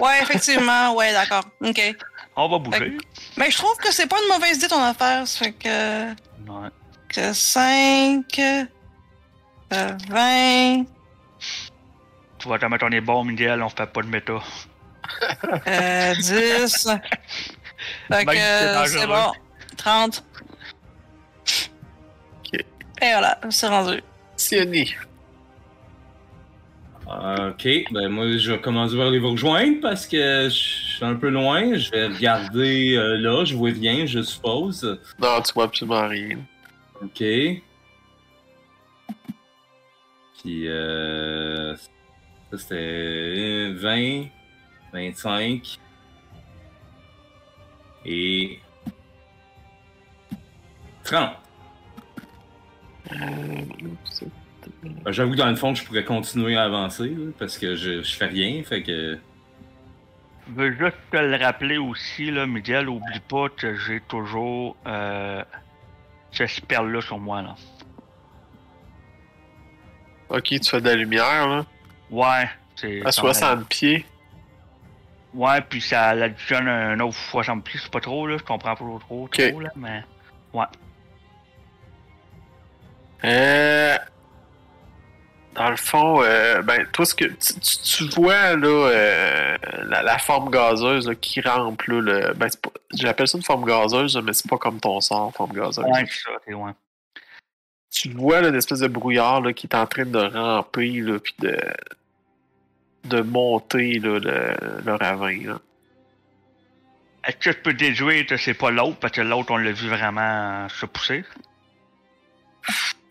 Speaker 4: Ouais, effectivement, ouais, d'accord. OK.
Speaker 5: On va bouger.
Speaker 4: Mais je trouve que c'est pas une mauvaise idée ton affaire. Ça fait que,
Speaker 5: Ouais.
Speaker 4: que euh, 5, 20,
Speaker 5: Tu vas te mettre, on est bon, Miguel, on fait pas de méta.
Speaker 4: euh, 10. Fait
Speaker 5: Magnifique,
Speaker 4: que
Speaker 5: dangereux.
Speaker 4: c'est bon. 30.
Speaker 2: Ok.
Speaker 4: Et voilà, c'est rendu.
Speaker 2: Sioni.
Speaker 1: Ok, ben moi je vais commencer par aller vous rejoindre parce que je suis un peu loin. Je vais regarder euh, là, je vous viens, je suppose.
Speaker 2: Non, tu vois absolument rien.
Speaker 1: Ok. Puis euh, ça c'était 20, 25 et 30. Ben, J'avoue que dans le fond, je pourrais continuer à avancer là, parce que je, je fais rien, fait que.
Speaker 5: Je veux juste te le rappeler aussi, là, Miguel, oublie pas que j'ai toujours euh, ce spell-là sur moi, là.
Speaker 2: Ok, tu fais de la lumière, là.
Speaker 5: Ouais, c'est...
Speaker 2: À 60 pieds.
Speaker 5: Ouais, puis ça l'additionne un autre 60 pieds, c'est pas trop, là, je comprends pas trop, trop,
Speaker 2: Ok.
Speaker 5: trop, là, mais...
Speaker 2: Euh, Dans le fond, euh, ben, toi, ce que tu, tu- tu vois, là, euh, la, la forme gazeuse là, qui rampe, là, le, ben, c'est pas- j'appelle ça une forme gazeuse, mais c'est pas comme ton sort, forme gazeuse.
Speaker 5: Ouais, c'est ça, c'est ouais.
Speaker 2: Tu vois, là, une espèce de brouillard là, qui est en train de ramper, là, puis de, de monter là, le, le ravin. Là.
Speaker 5: Est-ce que je peux déduire que c'est pas l'autre, parce que l'autre, on l'a vu vraiment euh, se pousser?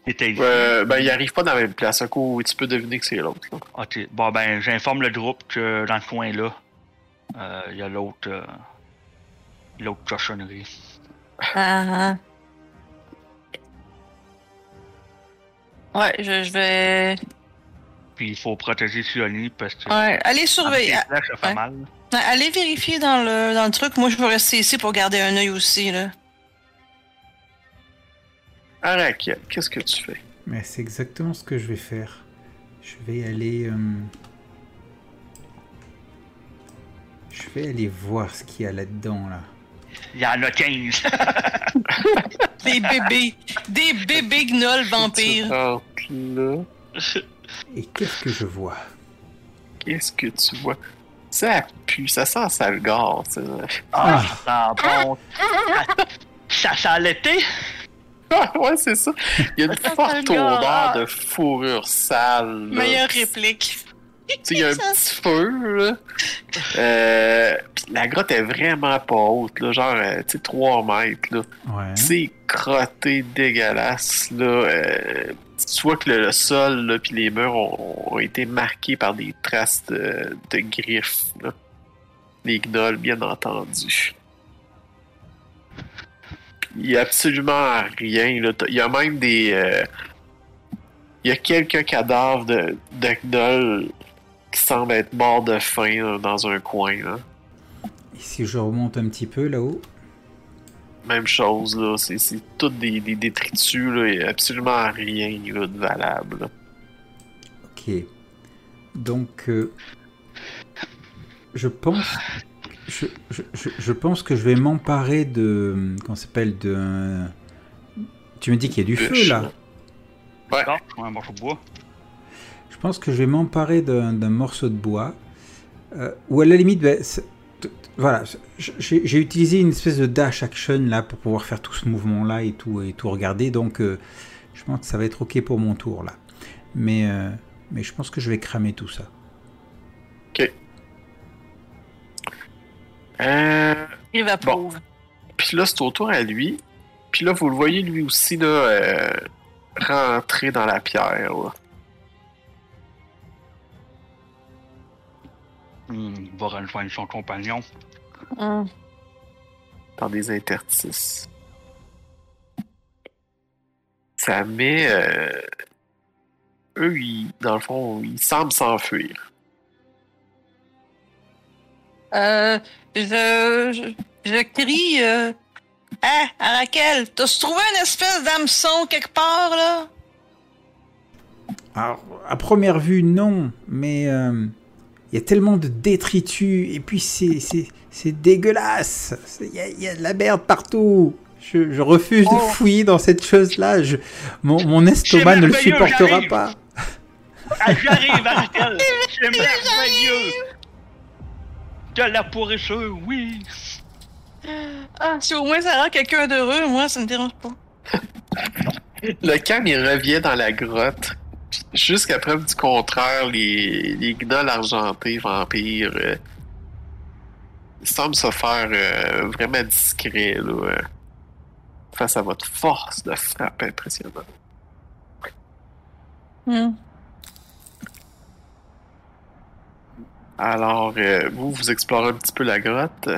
Speaker 5: C'était ici.
Speaker 2: Euh, ben, il arrive pas dans la même place. Un coup, tu peux deviner que c'est l'autre. là.
Speaker 5: Ok, bon, ben, j'informe le groupe que dans le coin-là, euh, il y a l'autre... euh, l'autre cochonnerie.
Speaker 4: Ah, ah. Ouais, je, je vais.
Speaker 5: Puis il faut protéger Sioni parce que.
Speaker 4: Ouais, allez
Speaker 5: Avec les
Speaker 4: surveiller.
Speaker 5: flèches, ça fait
Speaker 4: ouais.
Speaker 5: mal.
Speaker 4: Ouais, Allez vérifier dans le, dans le truc. Moi, je veux rester ici pour garder un œil aussi, là.
Speaker 2: Arakel, qu'est-ce que tu fais?
Speaker 3: Mais c'est exactement ce que je vais faire. Je vais aller. euh, Je vais aller voir ce qu'il y a là-dedans, là.
Speaker 5: Il y en a 15.
Speaker 4: Des bébés. Des bébés gnolls
Speaker 2: Tu
Speaker 4: vampires.
Speaker 2: rentres là.
Speaker 3: Et qu'est-ce que je vois
Speaker 2: Qu'est-ce que tu vois? Ça pue, ça sent salgard, ça.
Speaker 5: ah, ça sent bon. Ça sent l'été.
Speaker 2: Ah, ouais, c'est ça. Il y a une
Speaker 4: Ça sent
Speaker 2: forte odeur
Speaker 4: salgard.
Speaker 2: de fourrure sale. là.
Speaker 4: Meilleure réplique.
Speaker 2: Tu sais, il y a un
Speaker 4: Ça-
Speaker 2: petit feu, là. Euh, pis la grotte est vraiment pas haute, là, genre, euh, tu sais, 3 mètres, là.
Speaker 3: Ouais.
Speaker 2: C'est crotté, dégueulasse, là. Euh, tu vois que le, le sol, là, puis les murs ont, ont été marqués par des traces de, de griffes, là. Les gnolls, bien entendu. Il y a absolument rien, là. T'as- Il y a même des... euh, il y a quelques cadavres de, de gnolls qui semblent être morts de faim là, dans un coin, là.
Speaker 3: Et si je remonte un petit peu là-haut
Speaker 2: Même chose, là. C'est, c'est tout des, des détritus, là. Il y a absolument rien là, de valable. là.
Speaker 3: Ok. Donc, euh, je pense, je, je- je- je pense que je vais m'emparer de, qu'on s'appelle de. Tu me dis qu'il y a du feu
Speaker 2: Bûche,
Speaker 3: là.
Speaker 2: là.
Speaker 5: Ah, je prends un morceau de bois.
Speaker 3: Je pense que je vais m'emparer d'un d'un morceau de bois. Euh, ou à la limite, ben, c'est- t- t- voilà, j- j'ai j'ai utilisé une espèce de dash action là pour pouvoir faire tout ce mouvement là et tout et tout regarder. Donc, euh, je pense que ça va être ok pour mon tour là. Mais euh, mais je pense que je vais cramer tout ça.
Speaker 2: Euh,
Speaker 4: Il va
Speaker 2: Bon. Puis là, c'est au tour à lui. Puis là, vous le voyez lui aussi, là, euh, rentrer dans la pierre, là.
Speaker 5: Hmm, il va rejoindre son compagnon.
Speaker 4: Hum.
Speaker 2: dans des interstices. Ça met. euh, Eux, ils- dans le fond, ils semblent s'enfuir.
Speaker 4: Euh, je, je, je crie. Euh... Hein, à Raquel, t'as trouvé une espèce d'hameçon quelque part, là?
Speaker 3: Alors, à première vue, non, mais euh, il y a tellement de détritus, et puis c'est- c'est c'est dégueulasse. C'est- Il y, a- il y a de la merde partout. Je, je refuse de
Speaker 4: Oh.
Speaker 3: fouiller dans cette chose-là. Je- Mon, mon estomac ne le
Speaker 5: merveilleux,
Speaker 3: supportera
Speaker 5: j'arrive.
Speaker 3: pas.
Speaker 5: Ah, j'arrive, Ariel! C'est merveilleux! De la pourriture, oui!
Speaker 4: Ah, si au moins ça rend quelqu'un d'heureux, moi, ça me dérange pas.
Speaker 2: Le cam, il revient dans la grotte. Jusqu'à preuve du contraire, les, les gnolls argentés, vampires, euh, ils semblent se faire euh, vraiment discrets là, euh, face à votre force de frappe impressionnante.
Speaker 4: Hmm.
Speaker 2: Alors, euh, vous, vous explorez un petit peu la grotte.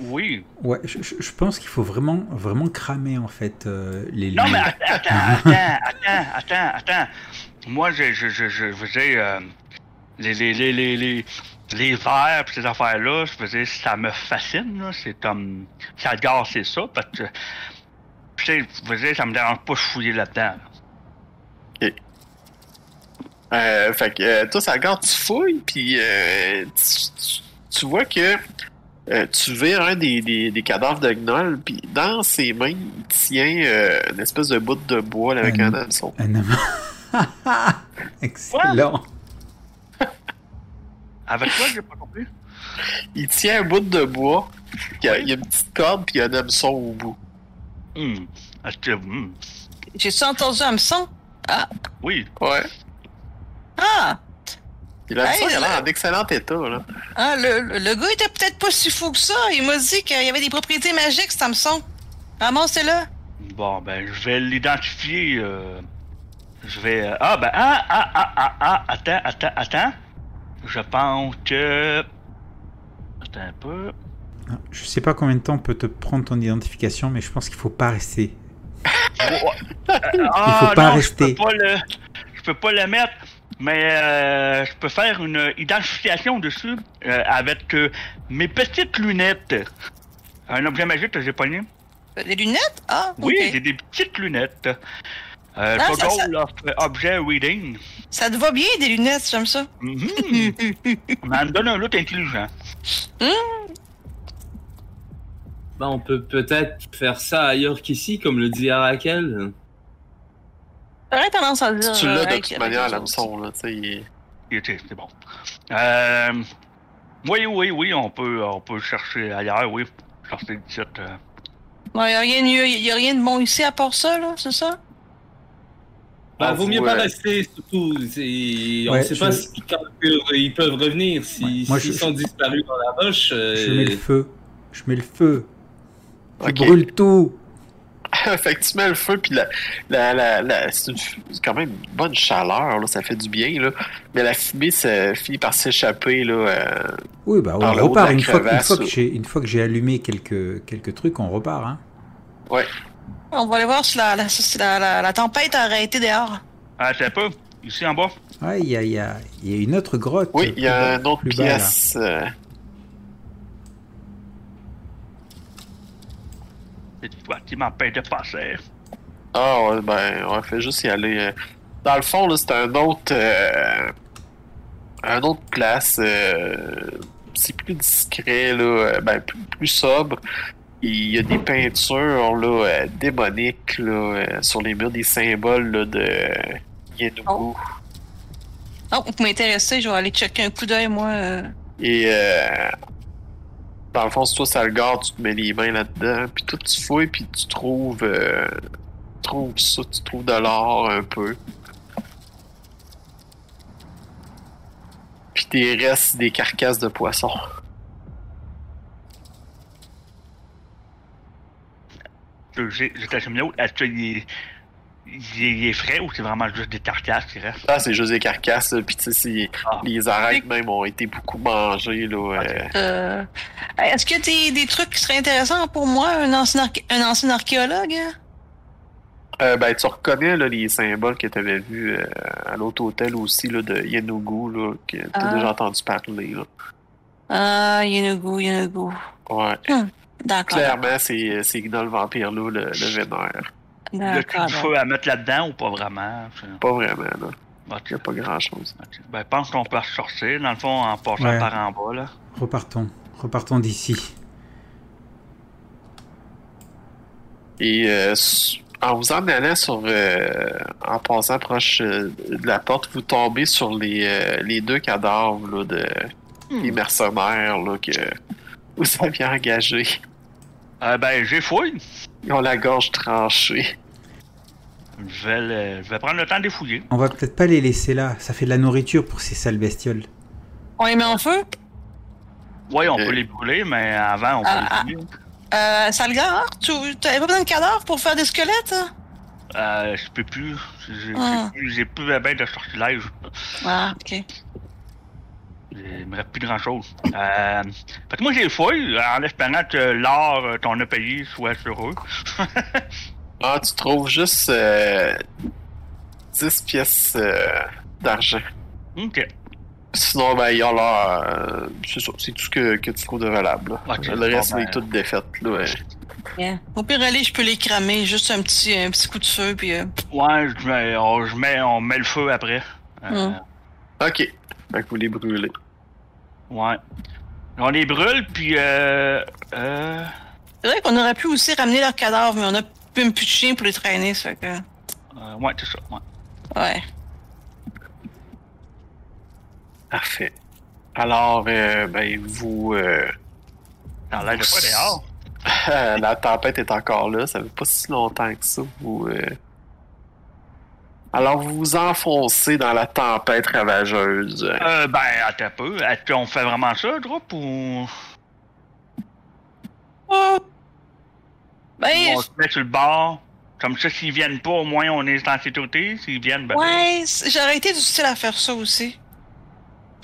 Speaker 5: Oui!
Speaker 3: Ouais, je, je- je pense qu'il faut vraiment, vraiment cramer en fait euh, les
Speaker 5: Non,
Speaker 3: lieux.
Speaker 5: mais attends, attends, attends, attends, attends, attends! Moi, je, je, je, je faisais. euh, les, les, les, les, les, les verres pis ces affaires-là, je faisais. Ça me fascine, là. C'est comme. Ça gare, c'est ça, parce que. Tu sais, je faisais, ça me dérange pas de fouiller là-dedans.
Speaker 2: Euh, fait que euh, toi, ça regarde, tu fouilles, puis euh, tu, tu- tu vois que euh, tu vires un des, des, des cadavres de Gnoll, puis dans ses mains, il tient euh, une espèce de bout de bois là, avec
Speaker 3: Un-
Speaker 2: un hameçon.
Speaker 3: Un homme- Excellent.
Speaker 5: Avec quoi, j'ai pas compris?
Speaker 2: Il tient un bout de bois, puis il y a- il y a une petite corde, puis il y a un hameçon au bout.
Speaker 5: Hum. Est-ce que. hum,
Speaker 4: J'ai ça entendu hameçon?
Speaker 5: Oui.
Speaker 2: Ouais.
Speaker 4: Ah!
Speaker 2: Puis l'hameçon,
Speaker 4: Hey, euh,
Speaker 2: il a l'air
Speaker 4: là.
Speaker 2: en excellent état, là.
Speaker 4: Ah, le, le- le gars était peut-être pas si fou que ça. Il m'a dit qu'il y avait des propriétés magiques, cet hameçon. Ramassez-le.
Speaker 5: Bon, ben, je vais l'identifier. euh, Je vais. euh, Ah, ben, ah, ah, ah, ah, ah, attends, attends, attends. Je pense que. Attends un peu.
Speaker 3: Je sais pas combien de temps peut te prendre ton identification, mais je pense qu'il faut pas rester.
Speaker 5: Ah,
Speaker 3: faut pas
Speaker 5: non,
Speaker 3: rester.
Speaker 5: Je peux pas le, je peux pas le mettre, mais euh, je peux faire une identification dessus euh, avec euh, mes petites lunettes. Un objet magique que j'ai pogné.
Speaker 4: Des lunettes? Ah,
Speaker 5: Oui,
Speaker 4: ok.
Speaker 5: j'ai des petites lunettes. Euh,
Speaker 4: Ah, ça-
Speaker 5: Toggle
Speaker 4: ça-
Speaker 5: of Objet Reading.
Speaker 4: Ça te va bien, des lunettes, j'aime ça.
Speaker 5: Mhm. Mais elle me donne un look intelligent.
Speaker 1: Ben, on peut peut-être faire ça ailleurs qu'ici, comme le dit Arakel.
Speaker 4: J'aurais tendance à le dire.
Speaker 2: Tu
Speaker 4: euh,
Speaker 2: l'as de
Speaker 4: avec-
Speaker 2: toute
Speaker 4: avec
Speaker 2: manière,
Speaker 4: les autres.
Speaker 2: l'hameçon, là, tu sais. il est-
Speaker 5: Ok, c'est bon. Euh, oui, oui, oui, on peut, on peut chercher ailleurs, oui. Chercher d'ici. euh,
Speaker 4: Ouais, y a rien de mieux- y a rien de bon ici à part ça, là, c'est ça?
Speaker 1: Ben,
Speaker 2: Ah,
Speaker 1: vaut mieux
Speaker 2: ouais.
Speaker 1: pas rester, surtout. c'est- On
Speaker 3: Ouais,
Speaker 1: sait
Speaker 3: je-
Speaker 1: pas si, quand ils peuvent- ils peuvent revenir.
Speaker 3: Ouais.
Speaker 1: Si- S'ils
Speaker 3: Moi, je-
Speaker 1: sont disparus dans la roche. euh,
Speaker 3: Je mets le feu. Je mets le feu. Je
Speaker 2: Ok.
Speaker 3: brûle tout.
Speaker 2: fait que tu mets le feu, puis la, la, la, la- c'est une f- c'est quand même une bonne chaleur, là, ça fait du bien, là. Mais la fumée, ça finit par s'échapper, là. euh,
Speaker 3: Oui, bah on
Speaker 2: Par le haut de
Speaker 3: repart.
Speaker 2: la
Speaker 3: Une fois, que- une
Speaker 2: crevasse,
Speaker 3: fois que
Speaker 2: ou-
Speaker 3: j'ai- une fois que j'ai allumé quelques, quelques trucs, on repart. Hein.
Speaker 4: On va aller voir si la, la, si la, la- la tempête a arrêté dehors.
Speaker 5: Attends un peu, Ah, ici en bas.
Speaker 3: Ouais, il y a, il y a- il y a une autre grotte.
Speaker 2: Oui, il y a
Speaker 3: plus
Speaker 2: une
Speaker 3: bas-
Speaker 2: autre
Speaker 3: plus bas, là.
Speaker 2: pièce. euh,
Speaker 5: C'est toi qui m'empêche de passer.
Speaker 2: Ah ouais, ben on fait juste y aller. euh. Dans le fond, là, c'est un autre euh, un autre place. euh, c'est plus discret, là, euh, ben plus, plus sobre. Il y a des peintures là, euh, démoniques là, euh, sur les murs, des symboles là, de euh, Yenugu.
Speaker 4: Oh. Non, vous m'intéressez, je vais aller checker un coup d'œil, moi. euh.
Speaker 2: Et euh, dans le fond, si toi ça le garde, tu te mets les mains là-dedans, puis tout tu fouilles, puis tu trouves, euh, tu trouves ça, tu trouves de l'or un peu. Puis des restes des carcasses de poissons.
Speaker 5: Je- Euh, j'ai- J'étais chez l'autre. Est-ce qu'il est, il est- il est frais ou c'est vraiment juste des carcasses qui restent?
Speaker 2: Ah, c'est juste des carcasses, là, puis tu sais, c'est-
Speaker 5: Ah.
Speaker 2: les arêtes même ont été beaucoup mangées, là. euh.
Speaker 4: Euh, Est-ce qu'il y a des, des trucs qui seraient intéressants pour moi, un ancien, arché- un ancien archéologue? hein?
Speaker 2: Euh, ben, tu reconnais là, les symboles que tu avais vus euh, à l'autre hôtel aussi, là, de Yenugu, là, que tu as
Speaker 4: Ah.
Speaker 2: déjà entendu parler, là.
Speaker 4: Ah, Yenugu, Yenugu.
Speaker 2: Ouais.
Speaker 4: D'accord.
Speaker 2: Clairement, c'est c'est Gnol le vampire loup le, le vénère.
Speaker 5: Y a-tu
Speaker 4: D'accord.
Speaker 5: du feu à mettre là-dedans ou pas vraiment?
Speaker 2: Pas vraiment, là.
Speaker 5: Ok,
Speaker 2: Il a pas grand-chose.
Speaker 5: ok. Ben, pense qu'on peut ressortir, dans le fond, en passant
Speaker 3: Ouais.
Speaker 5: par en bas, là.
Speaker 3: Repartons. Repartons d'ici.
Speaker 2: Et euh, s- en vous en allant sur... euh, en passant proche euh, de la porte, vous tombez sur les, euh, les deux cadavres là, de, des mercenaires là, que vous aviez engagés.
Speaker 5: Euh, ben, j'ai fouillé.
Speaker 2: Ils ont la gorge tranchée.
Speaker 5: Je vais, le- je vais prendre le temps de les fouiller.
Speaker 3: On va peut-être pas les laisser là. Ça fait de la nourriture pour ces sales bestioles.
Speaker 4: On les met en feu?
Speaker 5: Oui, on
Speaker 2: Euh.
Speaker 5: peut les brûler, mais avant, on peut
Speaker 4: Ah,
Speaker 5: les fouiller.
Speaker 4: Euh, Salgar, tu t'avais pas besoin de cadavre pour faire des squelettes? hein?
Speaker 5: Euh, je peux plus. J'ai
Speaker 4: Ah.
Speaker 5: j'ai plus, j'ai plus la bête de sortilège.
Speaker 4: Ah, ok.
Speaker 5: Il me reste plus grand chose. Euh, fait que moi, j'ai les fouille en espérant que l'or euh, qu'on a payé soit sur eux.
Speaker 2: Ah, tu trouves juste euh, 10 pièces euh, d'argent.
Speaker 5: ok.
Speaker 2: Sinon, ben, il y a leur. euh, c'est ça, c'est tout ce que, que tu trouves de valable. là.
Speaker 5: Ok.
Speaker 2: Le reste,
Speaker 5: Bon, ben,
Speaker 2: est toute défaite. Là, ouais.
Speaker 4: Au pire, allez, je peux les cramer, juste un petit, un petit coup de feu, puis. euh,
Speaker 5: Ouais, je mets, on, je mets, on met le feu après. Euh,
Speaker 4: Hmm.
Speaker 2: Ok. Fait que vous les brûlez.
Speaker 5: Ouais. On les brûle, puis euh, euh,
Speaker 4: C'est vrai qu'on aurait pu aussi ramener leurs cadavres, mais on a même plus de chien pour les traîner, ça fait que.
Speaker 5: euh, ouais, c'est ça. Ouais.
Speaker 4: Ouais.
Speaker 2: Parfait. Alors, euh, ben, vous. euh,
Speaker 5: T'en l'air de quoi dehors?
Speaker 2: la tempête est encore là. Ça fait pas si longtemps que ça. Vous. euh, Alors, vous vous enfoncez dans la tempête ravageuse.
Speaker 5: Euh, ben, attends un peu. Est-ce qu'on fait vraiment ça, Drop, ou
Speaker 4: Oh. Ben,
Speaker 5: on se met sur le bord? Comme ça, s'ils viennent pas, au moins, on est en sécurité. S'ils viennent, ben...
Speaker 4: ouais, c'est- j'aurais été du style à faire ça aussi.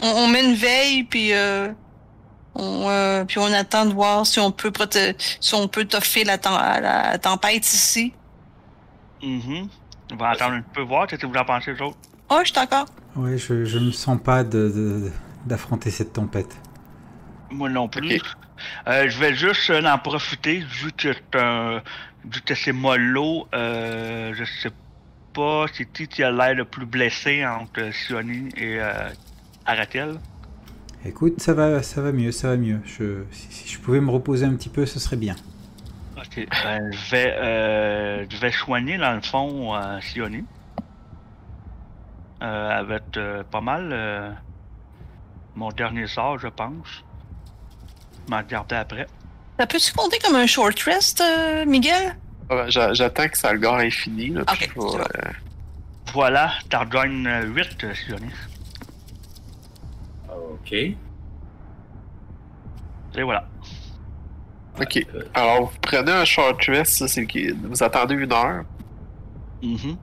Speaker 4: On, on met une veille, puis. euh, on, euh, puis on attend de voir si on peut proté- si on peut toffer la, tem- la tempête ici.
Speaker 5: mhm. On va attendre un peu voir, qu'est-ce que vous en pensez, les autres?
Speaker 4: Oh, je suis d'accord.
Speaker 3: Ouais, je, je me sens pas de- de- d'affronter cette tempête.
Speaker 5: Moi non plus.
Speaker 2: Ok.
Speaker 5: Euh, je vais juste euh, en profiter, vu que c'est un... Vu que c'est mollo, euh, je sais pas c'est qui qui a l'air le plus blessé entre Sioni et euh, Aratel.
Speaker 3: Écoute, ça va, ça va mieux, ça va mieux. Je, si, si je pouvais me reposer un petit peu, ce serait bien.
Speaker 5: Ok, ben, je vais, euh, je vais soigner dans le fond euh, Sioni. Euh, avec euh, pas mal euh, mon dernier sort, je pense. Je m'en regarder après.
Speaker 4: Ça peut-tu compter comme un short rest, euh, Miguel?
Speaker 2: Ah ben, j'a- J'attends que ça le gare infini. Là, puis
Speaker 4: Ok,
Speaker 2: je vais,
Speaker 4: c'est bon.
Speaker 2: euh,
Speaker 5: Voilà, t'en euh, rejoignes 8, Sioni.
Speaker 1: ah, Ok.
Speaker 5: Et voilà.
Speaker 2: Ok. Alors, vous prenez un short rest, ça, c'est le- vous attendez une heure.
Speaker 5: Mhm.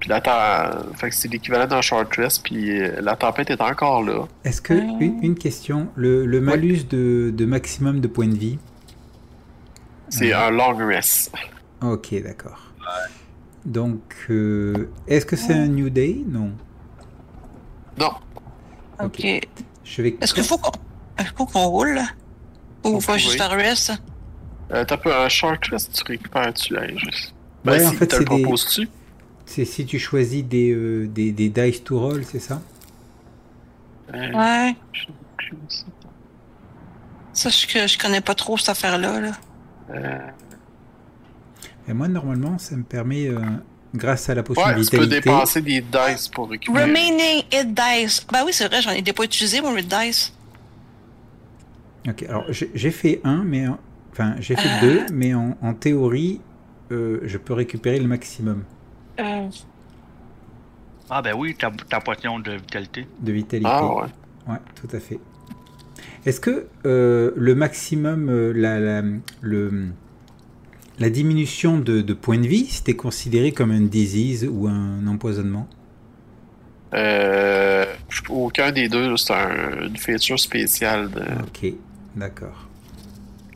Speaker 2: Puis la ta- fait que c'est l'équivalent d'un short rest, puis euh, la tempête est encore là.
Speaker 3: Est-ce que,
Speaker 4: Euh.
Speaker 3: une, une question, le, le malus de, de maximum de points de vie
Speaker 2: C'est
Speaker 3: Mhm.
Speaker 2: un long rest.
Speaker 3: Ok, d'accord. Donc, euh, est-ce que c'est un New Day Non.
Speaker 2: Non,
Speaker 4: Ok.
Speaker 3: Ok. Je vais.
Speaker 4: Est-ce qu'il faut qu'on est-ce qu'on- qu'on roule? là? Ou
Speaker 2: On
Speaker 4: pas
Speaker 2: peut,
Speaker 4: juste
Speaker 2: oui.
Speaker 4: un rest?
Speaker 2: euh, t'as peu un short rest, tu récupères-tu hein, juste. Ben,
Speaker 3: Ouais, en
Speaker 2: si,
Speaker 3: fait,
Speaker 2: te le
Speaker 3: c'est des-
Speaker 2: proposes-tu?
Speaker 3: C'est si tu choisis des, euh, des, des dice to roll, c'est ça
Speaker 2: Euh,
Speaker 4: Ouais.
Speaker 2: je- je- je-
Speaker 4: Ça, je, je connais pas trop cette affaire-là. Là.
Speaker 2: euh,
Speaker 3: Et moi, normalement, ça me permet, euh, grâce à la potion
Speaker 2: Ouais,
Speaker 3: de
Speaker 2: tu peux
Speaker 3: vitalité.
Speaker 2: dépenser des dice pour récupérer.
Speaker 4: Remaining hit dice. Ben oui, c'est vrai, j'en ai pas utilisé mon hit dice.
Speaker 3: Ok, alors j'ai j'ai fait un, mais. en- Enfin, j'ai fait deux, mais en, en théorie, euh, je peux récupérer le maximum
Speaker 4: Euh,
Speaker 5: Ah ben oui, ta, ta potion de vitalité.
Speaker 3: de vitalité.
Speaker 2: Ah ouais.
Speaker 3: Ouais, tout à fait. Est-ce que euh, le maximum, euh, la, la, le, la diminution de, de points de vie, c'était considéré comme un disease ou un empoisonnement
Speaker 2: Euh, aucun des deux, c'est un- une feature spéciale de
Speaker 3: Ok, d'accord.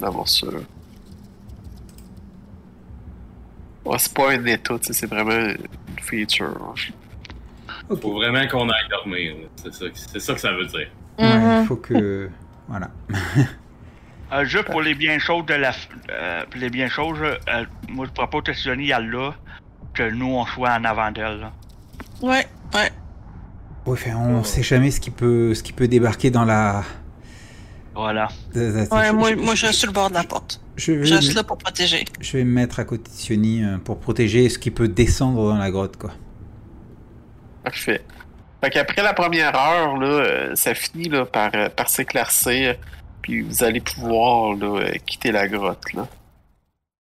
Speaker 2: la morsure. Ouais, c'est pas un état, tu sais, c'est vraiment une feature. hein.
Speaker 3: Ok.
Speaker 1: Faut vraiment qu'on aille dormir. là. C'est ça, c'est ça que ça veut dire.
Speaker 3: Ouais, il
Speaker 4: mhm.
Speaker 3: faut que. Voilà.
Speaker 5: Euh, juste pour les bien choses de la. f- euh, pour les bien choses, euh, moi je propose que Sioni aille là, que nous on soit en avant d'elle. là.
Speaker 4: Ouais, ouais.
Speaker 3: Ouais, enfin, on sait jamais ce qui peut, ce qui peut débarquer dans la.
Speaker 5: Voilà.
Speaker 4: ouais moi, moi, je reste sur le bord de la porte.
Speaker 3: je vais,
Speaker 4: Je reste là pour protéger.
Speaker 3: je vais me mettre à côté de Sioni euh, pour protéger ce qui peut descendre dans la grotte, quoi.
Speaker 2: Parfait. Fait qu'après la première heure, là, euh, ça finit là, par, euh, par s'éclaircir, puis vous allez pouvoir là, euh, quitter la grotte. Là.